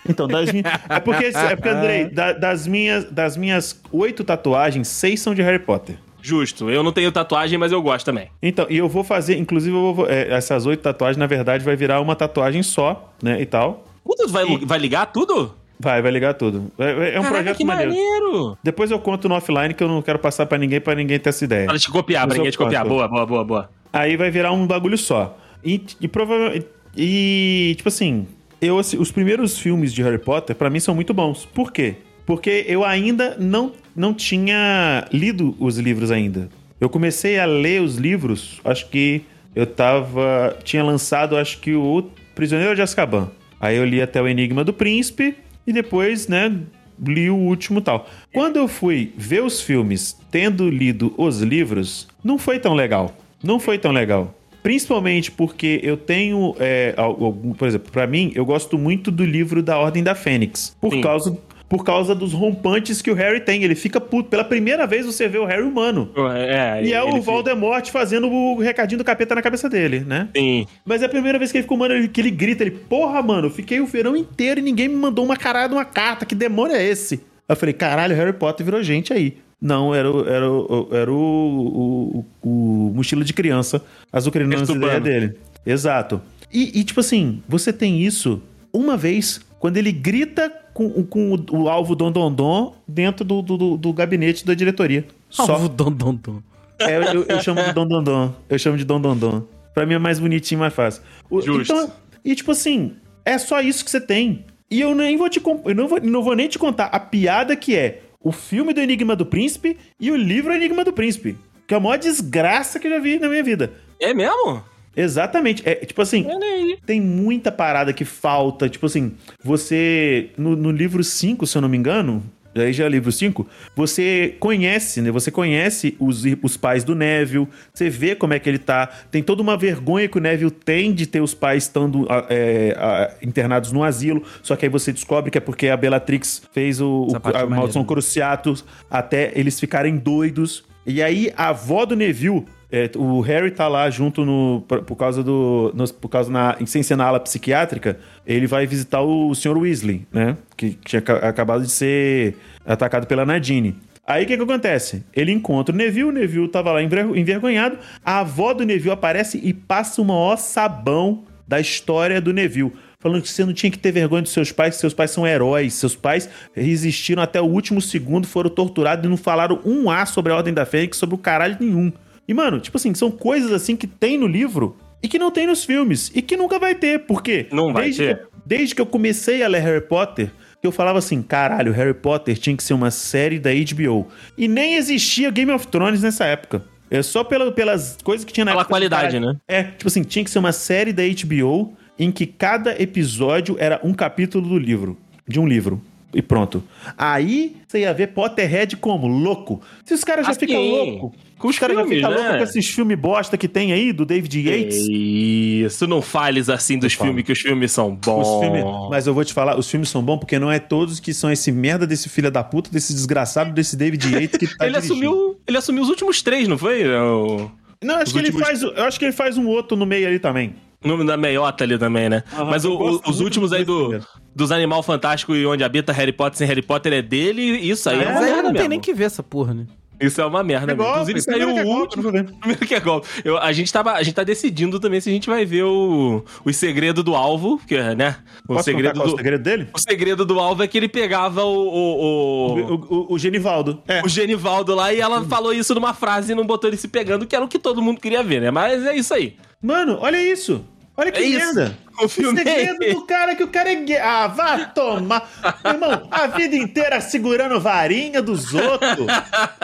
Então, das minhas. É porque, é porque Andrei, da- das, minhas, das minhas oito tatuagens, seis são de Harry Potter. Justo. Eu não tenho tatuagem, mas eu gosto também. Então, e eu vou fazer, inclusive, eu vou- é, essas oito tatuagens, na verdade, vai virar uma tatuagem só, né? E tal. Tudo vai, vai ligar tudo? Vai, vai ligar tudo. É, é um Caraca, projeto que maneiro. maneiro. Depois eu conto no offline que eu não quero passar pra ninguém, pra ninguém ter essa ideia. Para te copiar, pra Mas eu ninguém te copiar. conto. Boa, boa, boa, boa. Aí vai virar um bagulho só. E, e provavelmente. E, tipo assim, eu, assi- os primeiros filmes de Harry Potter, pra mim, são muito bons. Por quê? Porque eu ainda não, não tinha lido os livros ainda. Eu comecei a ler os livros, acho que eu tava. Tinha lançado, acho que o Prisioneiro de Azkaban. Aí eu li até o Enigma do Príncipe e depois, né, li o último e tal. Quando eu fui ver os filmes tendo lido os livros, não foi tão legal. Não foi tão legal. Principalmente porque eu tenho. é, al- algum- por exemplo, pra mim, eu gosto muito do livro da Ordem da Fênix. Por Sim. causa. Por causa dos rompantes que o Harry tem. Ele fica puto. Pela primeira vez você vê o Harry humano. É, E é ele- o Voldemort fazendo o recadinho do capeta na cabeça dele, né? Sim. Mas é a primeira vez que ele ficou, mano, ele- que ele grita, ele, porra, mano, eu fiquei o verão inteiro e ninguém me mandou uma caralho de uma carta, que demônio é esse? Eu falei, caralho, Harry Potter virou gente aí. Não, era, o- era, o- era o, o, o mochila de criança, azucrinando as Perturbando. ideias dele. Exato. E, e, tipo assim, você tem isso uma vez quando ele grita com, o- com o, o alvo Dom Dom Dom dentro do, do- do, do gabinete da diretoria. Só Salvo dom, dom, dom. é, eu, eu chamo de Dom Dom Dom. Eu chamo de Dom Dom Dom. Pra mim é mais bonitinho, mais fácil. O- Justo. Então, e tipo assim, é só isso que você tem. E eu nem vou te com- eu não vou, não vou nem te contar a piada que é o filme do Enigma do Príncipe e o livro Enigma do Príncipe. Que é a maior desgraça que eu já vi na minha vida. É mesmo? Exatamente. É, tipo assim, Olha aí. tem muita parada que falta. Tipo assim, você. No, no livro 5, se eu não me engano. Aí já é livro 5. Você conhece, né? Você conhece os, ir- os pais do Neville. Você vê como é que ele tá. Tem toda uma vergonha que o Neville tem de ter os pais estando ah, é, ah, internados no asilo. Só que aí você descobre que é porque a Bellatrix fez o, Essa o- parte a é maneira, maldição né? cruciatus até eles ficarem doidos. E aí a avó do Neville, é, o Harry tá lá junto no por, por causa do nos- por causa na sem ser na ala psiquiátrica, ele vai visitar o Sr. Weasley, né, que tinha ca- acabado de ser atacado pela Nadine. Aí o que, que acontece? Ele encontra o Neville, o Neville tava lá enver- envergonhado, a avó do Neville aparece e passa o maior sabão da história do Neville. Falando que você não tinha que ter vergonha dos seus pais, que seus pais são heróis. Seus pais resistiram até o último segundo, foram torturados e não falaram um A sobre a Ordem da Fênix, sobre o caralho nenhum. E, mano, tipo assim, são coisas assim que tem no livro e que não tem nos filmes. E que nunca vai ter. Por quê? Não vai desde ter. Que, eu- desde que eu comecei a ler Harry Potter, que eu falava assim, caralho, Harry Potter tinha que ser uma série da HBO. E nem existia Game of Thrones nessa época. É só pela- pelas coisas que tinha na Pela época. assim, qualidade, caralho, né? é, tipo assim, tinha que ser uma série da HBO em que cada episódio era um capítulo do livro, de um livro. e pronto. Aí você ia ver Potterhead como? Louco. Se os caras já Assim, ficam loucos, Com os caras já filmes, ficam né? loucos com esses filmes bosta que tem aí do David Yates. É Isso, não fales assim dos Eu falo. filmes, que os filmes são Os bons. filmes- mas eu vou te falar, os filmes são bons porque não é todos que são esse merda desse filho da puta, desse desgraçado, desse David Yates que tá ele, dirigindo. assumiu, ele assumiu os últimos três, não foi? É O- Não, acho Os que ele últimos- faz, eu acho que ele faz um outro no meio ali também. O nome da meiota ali também, né? mas o- eu gosto o- os muito últimos aí dos dois do, primeiros. dos Animal Fantástico e Onde Habita Harry Potter sem Harry Potter é dele, isso Ah, aí é, uma Mas aí merda não tem mesmo. nem que ver essa porra, né? Isso é uma merda. É mesmo. golpe, Inclusive saiu primeiro que é o golpe, último. não vou ver. Primeiro que é golpe. Eu- a, gente tava, a gente tá decidindo também se a gente vai ver o, o segredo do alvo, que é, né? O Posso segredo contar qual é do, o segredo dele? o segredo do alvo é que ele pegava o. o, o- O, o- o Genivaldo. É. o Genivaldo lá e ela falou isso numa frase e não botou ele se pegando, que era o que todo mundo queria ver, né? Mas é isso aí. Mano, olha isso. Olha que É isso. merda. O filme O segredo é- do cara é que o cara é gay. Ah, vá tomar. Meu irmão, a vida inteira segurando varinha dos outros.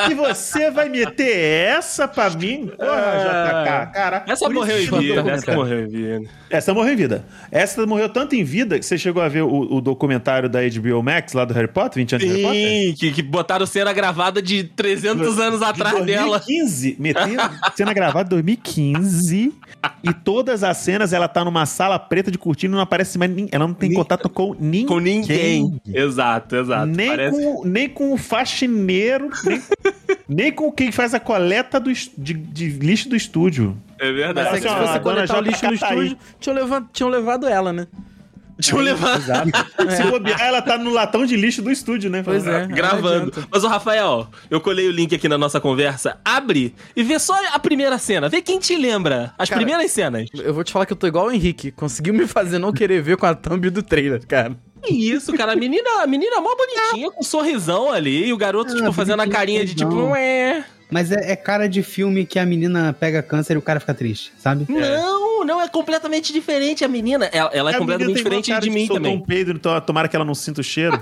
E você vai meter essa pra mim? Porra, Ah. JK, cara. Essa por isso morreu em que eu tô vida, né, essa comentando. morreu em vida. Essa morreu em vida. Essa morreu tanto em vida que você chegou a ver o, o documentário da HBO Max lá do Harry Potter, 20 anos de Harry Potter? Sim, que, que botaram cena gravada de 300 anos atrás dela. 2015, metendo cena gravada em 2015 e todas as cenas ela tá numa sala preta de cortina e não aparece mais ninguém. Ela não tem Ni- contato com ninguém. Com ninguém. Exato, exato. Nem, Parece- com, nem com o faxineiro, nem, nem com quem faz a coleta do, es- de, de lixo do estúdio. É Mas verdade. é Parece que se uma você dona coletar o Jota lixo no tá Cataí. estúdio, tinham levado, tinham levado ela, né? Deixa eu levar. Exato. Se bobear, ela tá no latão de lixo do estúdio, né? É. Pois é. Gravando. Não adianta. Mas, o Rafael, eu colei o link aqui na nossa conversa. Abre e vê só a primeira cena. Vê quem te lembra. As Cara, primeiras cenas. Eu vou te falar que eu tô igual o Henrique. Conseguiu me fazer não querer ver com a thumb do trailer, cara. Que é isso, cara. A menina, a menina mó bonitinha, com um sorrisão ali. E o garoto, Ah, tipo, fazendo a bonitinho, carinha de tipo, sorrisão. ué. Mas é, é cara de filme que a menina pega câncer e o cara fica triste, sabe? Não, não, é completamente diferente a menina. Ela, ela é A menina um completamente tem uma diferente cara de mim soltou também. um peido, então tomara que ela não sinta o cheiro.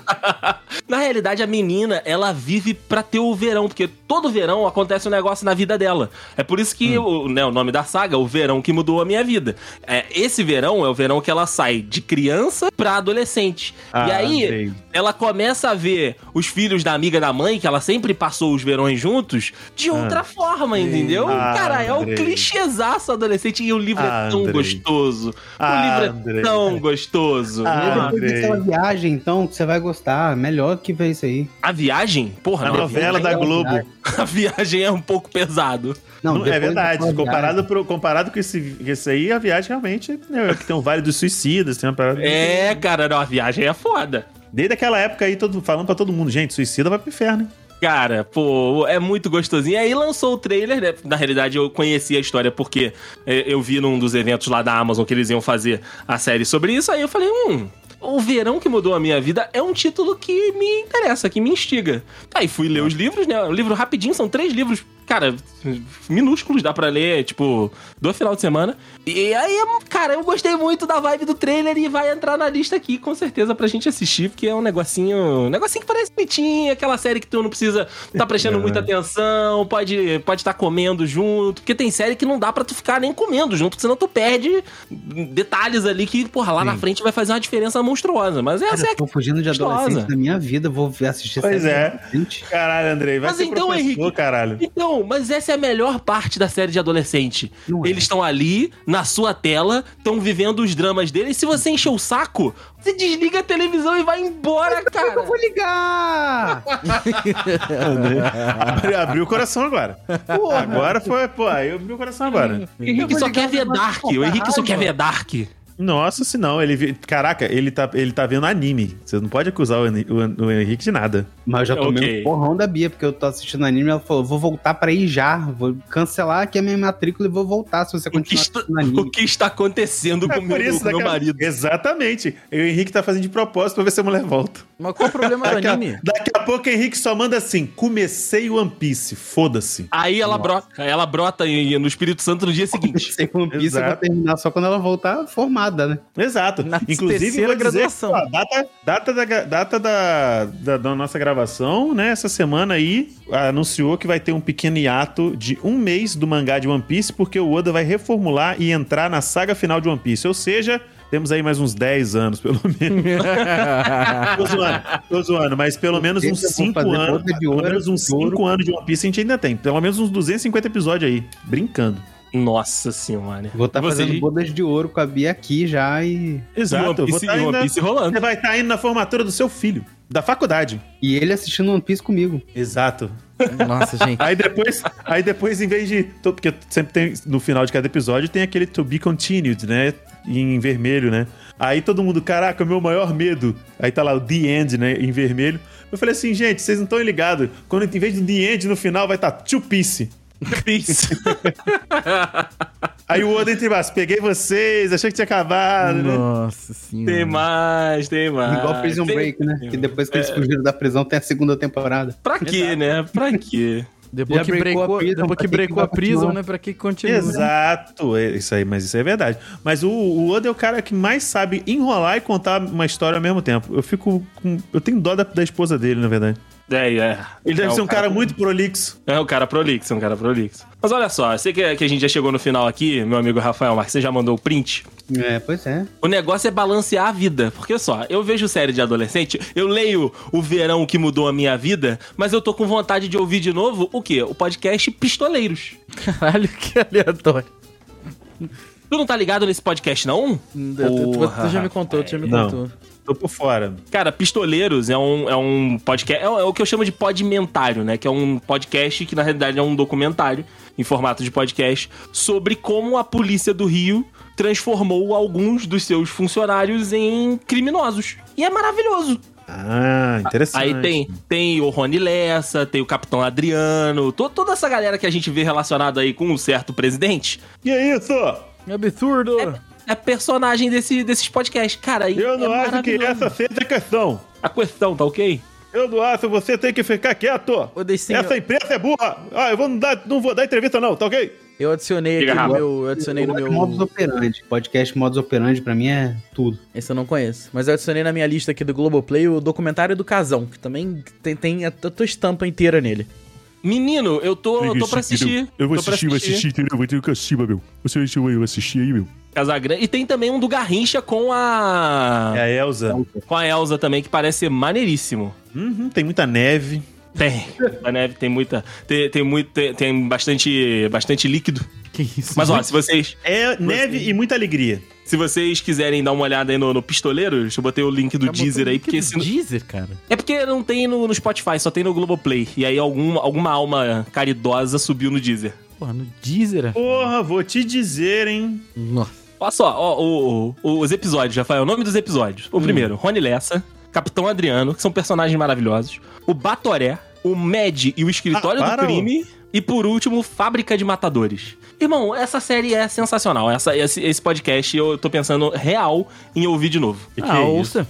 Na realidade, a menina, ela vive pra ter o verão, porque todo verão acontece um negócio na vida dela. É por isso Hum. que o, né, o nome da saga, O Verão que Mudou a Minha Vida. É, esse verão é o verão que ela sai de criança pra adolescente. e Ah, aí, sei. ela começa a ver os filhos da amiga da mãe, que ela sempre passou os verões juntos, de outra forma, entendeu? Ah, Cara, é um Andrei. clichêzaço adolescente e o livro é tão Andrei. gostoso. Ah, o livro é Andrei. tão gostoso. Ah, Aí depois Andrei. dessa viagem, então, que você vai gostar. Melhor que ver isso aí. A viagem? Porra, A não, novela viagem- é da Globo. A viagem é um pouco pesado. Não, é depois verdade. dessa Comparado, pro- comparado com esse, com esse aí, a viagem realmente né, é que tem o Vale dos Suicidas, tem uma parada. É, cara, não, a viagem é foda. Desde aquela época aí, todo, falando pra todo mundo, gente, suicida vai pro inferno. hein? Cara, pô, é muito gostosinho. Aí lançou o trailer, né? Na realidade, eu conheci a história porque é, eu vi num dos eventos lá da Amazon que eles iam fazer a série sobre isso. Aí eu falei, hum, O Verão que Mudou a Minha Vida é um título que me interessa, que me instiga. Aí fui ler os livros, né? O livro rapidinho, são três livros, cara, minúsculos, dá pra ler, tipo, do final de semana. E aí, cara, eu gostei muito da vibe do trailer e vai entrar na lista aqui, com certeza, pra gente assistir, porque é um negocinho. Um negocinho que parece bonitinho, aquela série que tu não precisa tá prestando muita atenção, pode estar pode tá comendo junto, porque tem série que não dá pra tu ficar nem comendo junto, porque senão tu perde detalhes ali que, porra, lá na frente vai fazer uma diferença monstruosa. Mas essa Cara, é eu a tô fugindo de gostosa. adolescente da minha vida, vou ver- assistir Pois série é. de adolescente. Caralho, Andrei, vai Mas ser então, professor, Henrique- caralho. Então, mas essa é a melhor parte da série de adolescente. Não é. Eles estão ali, na sua tela, estão vivendo os dramas deles. Se você encher o saco, você desliga a televisão e vai embora, cara. Eu vou ligar! Abri- Abriu o coração agora. Agora foi, pô, aí eu abri o coração agora. O Henrique só quer ver Dark. O Henrique só quer ver Dark. Nossa, se não, ele. vi- Caraca, ele tá, ele tá vendo anime. Você não pode acusar o, Hen- o Hen- o Henrique de nada. Mas eu já tomei Ok. um porrão da Bia, porque eu tô assistindo anime ela falou: vou voltar pra ir já, vou cancelar aqui a minha matrícula e vou voltar se você O que, continuar está, assistindo o anime. que está acontecendo É com o meu, com meu daquela- marido? Exatamente. E o Henrique tá fazendo de propósito pra ver se a mulher volta. Mas qual o problema do Daqui a, anime? daqui a pouco o Henrique só manda assim: comecei o One Piece, foda-se. Aí ela brota, ela brota em- no Espírito Santo no dia seguinte. Sei One Piece, eu vou Exato. terminar só quando ela voltar formada, né? Exato. Na Inclusive, terceira vou dizer que, graduação. ó, data, data, da, gra- data da, da, da nossa gravação, né? Essa semana aí anunciou que vai ter um pequeno hiato de um mês do mangá de One Piece, porque o Oda vai reformular e entrar na saga final de One Piece. Ou seja, Temos aí mais uns 10 anos, pelo menos. tô zoando, tô zoando, mas pelo menos Eu uns vou 5 fazer anos. boca de Pelo ouro, menos uns de ouro. 5 anos de One Piece a gente ainda tem. Pelo menos uns 250 episódios aí. Brincando. Nossa senhora. Vou estar E você, fazendo gente? bodas de ouro com a Bia aqui já e. Exato. E eu One vou Piece, tá e One ainda- Piece rolando. Você vai estar indo na formatura do seu filho, da faculdade. E ele assistindo One Piece comigo. Exato. Nossa, gente. Aí depois, aí depois, em vez de. to- Porque sempre tem. No final de cada episódio tem aquele to be continued, né? Em vermelho, né? Aí todo mundo, caraca, meu maior medo. Aí tá lá o The End, né? Em vermelho. Eu falei assim, gente, vocês não estão ligados. Quando em vez do The End no final vai estar tá Two Piece. Piece. Aí o Oda entre embaixo, peguei vocês, achei que tinha acabado, né? Nossa Tem senhora. mais, tem mais. Igual Prison Tem- Break, né? Que depois que É. eles fugiram da prisão tem a segunda temporada. Pra quê, né? Pra quê? Depois Já que breakou a brecou, prison, depois pra que que que brecou a vai prison, continuar? né? Pra que continua? Exato, é isso aí, mas isso é verdade. Mas o, o Oda é o cara que mais sabe enrolar e contar uma história ao mesmo tempo. Eu fico com. Eu tenho dó da, da esposa dele, na verdade. É, é. Ele deve É ser um o cara, muito prolixo. É um cara prolixo, é um cara prolixo. Mas olha só, eu sei que, que a gente já chegou no final aqui, meu amigo Rafael Marques, você já mandou o print. É, pois é. O negócio é balancear a vida. Porque só, eu vejo série de adolescente, eu leio o verão que mudou a minha vida, mas eu tô com vontade de ouvir de novo o quê? O podcast Pistoleiros. Caralho, que aleatório. Tu não tá ligado nesse podcast, não? Tu- tu- Porra, tu já me contou, tu já me é Não. contou. Tô por fora. Cara, Pistoleiros é um, é um podcast. É, o- é o que eu chamo de podmentário, né? Que é um podcast que, na realidade, é um documentário em formato de podcast sobre como a polícia do Rio transformou alguns dos seus funcionários em criminosos. E é maravilhoso. Ah, interessante. Aí tem, tem o Rony Lessa, tem o Capitão Adriano, to- toda essa galera que a gente vê relacionada aí com um certo presidente. Que isso? É absurdo. É personagem desse, desses podcasts. Cara, e Eu é não acho que maravilhoso. essa seja a questão. A questão, tá ok? Eu não acho, você tem que ficar quieto. Ô, Deicinho, Essa imprensa é burra. Ah, eu vou não, dar, não vou dar entrevista, não, tá ok? eu adicionei Diga, aqui no Rafa. meu. Eu adicionei no Podcast Modus meu. Operandi. Podcast Modus Operandi pra mim é tudo. Esse eu não conheço. Mas eu adicionei na minha lista aqui do Globoplay o documentário do Casão, que também tem, tem a tua tua estampa inteira nele. Menino, eu tô, tô pra assistir. Eu vou Tô pra assistir, vou assistir, entendeu? Vou ter o Caciba, meu. Você vai assistir aí, meu. Casagrande. E tem também um do Garrincha com a. É a Elza. com a Elsa também, que parece ser maneiríssimo. Uhum, tem muita neve. Tem. A neve tem muita. Tem, tem muito. Tem, tem bastante. bastante líquido. Que isso? Mas ó, se vocês. É neve e muita alegria. Se vocês quiserem dar uma olhada aí no, no Pistoleiros, eu botei o link é Tá do Deezer aí, porque se, não- Deezer, cara. É porque não tem no, no Spotify, só tem no Globoplay. E aí alguma, alguma alma caridosa subiu no Deezer. Porra, no Deezer. é- Ah, Porra, vou te dizer, hein? Nossa. Olha só, ó, o- o- os episódios, Rafael, o nome dos episódios. Hum. O primeiro, Rony Lessa, Capitão Adriano, que são personagens maravilhosos. O Batoré, o Med e o Escritório Ah, do para, Crime. E por último, Fábrica de Matadores. Irmão, essa série é sensacional. Essa- esse, esse podcast eu tô pensando real em ouvir de novo. Que que Ah, é isso? ouça.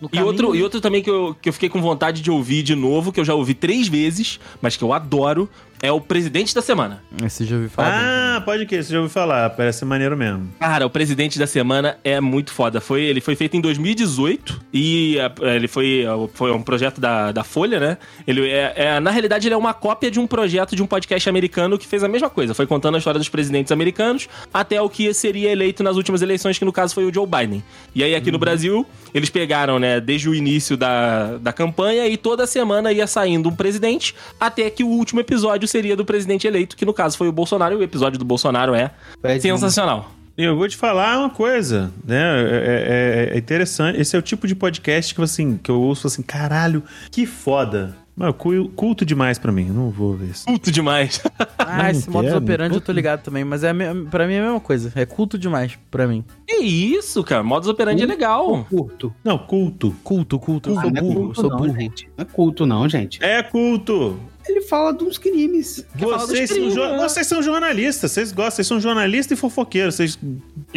No E caminho- é- outro, e outro também que eu, que eu fiquei com vontade de ouvir de novo, que eu já ouvi três vezes, mas que eu adoro, é o Presidente da Semana. Esse já ouviu falar. Ah, pode que, você já ouviu falar. Parece ser maneiro mesmo. Cara, o Presidente da Semana é muito foda. Foi, ele foi feito em 2018 e é, ele foi, foi um projeto da, da Folha, né? Ele é, é- na realidade, ele é uma cópia de um projeto de um podcast americano que fez a mesma coisa. Foi contando a história dos presidentes americanos até o que seria eleito nas últimas eleições, que no caso foi o Joe Biden. E aí, aqui no Brasil, eles pegaram, né, desde o início da, da campanha e toda semana ia saindo um presidente até que o último episódio seria do presidente eleito, que no caso foi o Bolsonaro. E o episódio do Bolsonaro é Pede sensacional. E Eu vou te falar uma coisa, né? É, é- é interessante. Esse é o tipo de podcast que, assim, que eu ouço assim, caralho, que foda. Mano, cu- culto demais pra mim. Não vou ver isso. culto demais. Ah, Não esse modus entendo. operandi eu tô ligado também, mas é a me- pra mim é a mesma coisa. É culto demais pra mim. Que isso, cara. Modus operandi é legal. um Curto. Não, culto. Culto, culto. Eu Ah, sou não é burro, eu culto sou não, burro. gente. Não é culto não, gente. É culto. Ele fala dos crimes. falar dos Vocês são, crimes, jo- né? vocês são jornalistas, vocês gostam, vocês são jornalistas e fofoqueiros, vocês. é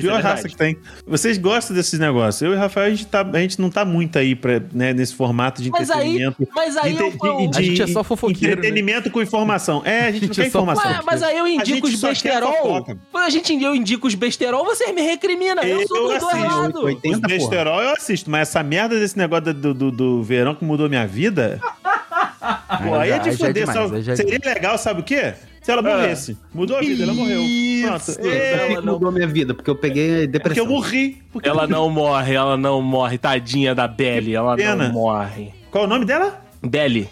pior verdade. raça que tem. Vocês gostam desses negócios. Eu e o Rafael, a gente, tá- a gente não tá muito aí pra, né, nesse formato de Mas aí- entretenimento. Mas aí de, eu, eu- de- A gente é só fofoqueiro, Entretenimento com informação. É, a gente A não gente quer é só informação. Ué, mas aí eu A gente indico os só quer besterol. fofoca. Quando a gente eu indico os besterol, vocês me recriminam. Eu, sou do Eu dois assisto. lados. Oito, oito. Os Tenta, porra. besterol eu assisto, mas essa merda desse negócio do, do, do verão que mudou minha vida. Ah, Ah, Pô, aí é já- de já é foder. demais, só- aí já é Seria legal, sabe o quê? Se ela morresse. Mudou a vida, ela morreu. Pronto. Isso. É, Ela Ela não- É mudou minha vida, porque eu peguei porque depressão. eu morri. Porque... Ela não morre, ela não morre. Tadinha da Belly, ela Pena. não morre. Qual é o nome dela? Belly.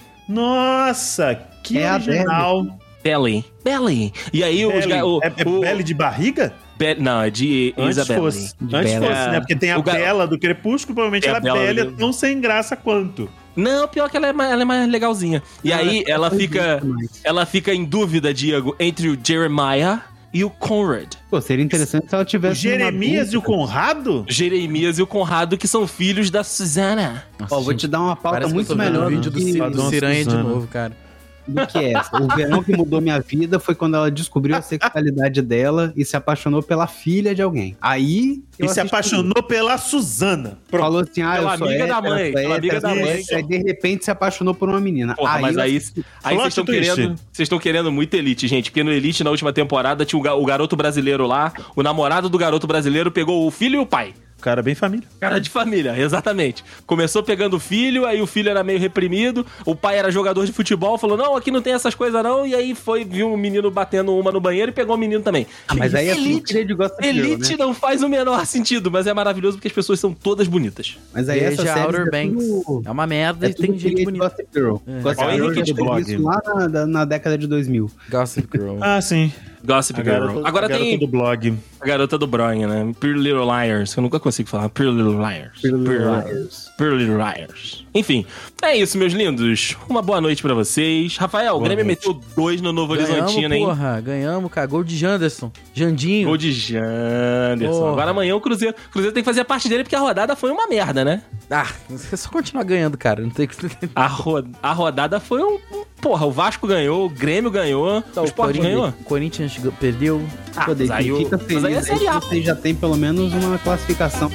Nossa, que É a original. Belly. Belly. E aí os Belly. ga- o, é é o- Belly de barriga? Be- Não, é de Antes Isabelle. fosse. Antes Bela. fosse, né? Porque tem a O gar- Bela do Crepúsculo, provavelmente É a ela é Bela Bela, do- tão sem graça quanto. Não, pior que ela é mais, ela é mais legalzinha. E aí é ela fica, ela fica em dúvida, Diego, entre o Jeremiah e o Conrad. Pô, seria interessante se ela O tivesse. Jeremias e o Conrado? Jeremias e o Conrado, que são filhos da Susana. Ó, vou te dar uma pauta Parece que eu muito tô vendo melhor o vídeo do, do, que, Cir- Padrão do Ciranha de Suzana. novo, cara. do que essa. O verão que mudou minha vida foi quando ela descobriu a sexualidade dela e se apaixonou pela filha de alguém. Aí. eu E se assisti- apaixonou pela Suzana. Pronto. Falou assim, ah, Pela eu sou amiga hétero, da mãe, eu sou pela hétero, amiga da eu sou mãe. hétero. Aí, de repente, se apaixonou por uma menina. Porra, mas eu aí. Aí Plot vocês estão twist. querendo, vocês estão querendo muito Elite, gente. Porque no Elite, na última temporada, tinha o, ga- o garoto brasileiro lá. O namorado do garoto brasileiro pegou o filho e o pai. O cara é bem família. Cara de família, exatamente. Começou pegando o filho, aí o filho era meio reprimido, o pai era jogador de futebol, falou: não, aqui não tem essas coisas não, e aí foi, viu um menino batendo uma no banheiro e pegou o menino também. Mas aí é tudo elite, que ele gosta de Girl, elite né? não faz o menor sentido, mas é maravilhoso porque as pessoas são todas bonitas. Mas aí essa Veja série Outer é Banks. tudo- É uma merda É e tem tudo gente gente bonita. É. Gossip Girl. Gossip Olha Girl o já Henrique teve Blog. isso lá na, na- na década de 2000. Gossip Girl. Ah, sim. Gossip A Girl. garota, Agora a garota tem do blog. a garota do Brian, né? Pretty Little Liars. Eu nunca consigo falar. Pretty Little Liars. Pretty Little Liars. Pretty Little Liars. Enfim, é isso, meus lindos. Uma boa noite pra vocês. Rafael, o Grêmio noite. meteu dois no Novo Ganhamos, Horizontino, hein? porra. Ganhamos, cara. Gol de Janderson. Jandinho. Gol de Janderson. Porra. Agora amanhã o Cruzeiro. O Cruzeiro tem que fazer a parte dele porque a rodada foi uma merda, né? Ah, é só continuar ganhando, cara. Não tem que... A, ro- a rodada foi um. um- Porra, o Vasco ganhou, o Grêmio ganhou, Tá, o Sport ganhou. Corinthians ganhou- perdeu. Ah, Pô, mas aí, David, o- fica mas aí é feliz aí Série A, que você já tem pelo menos uma classificação.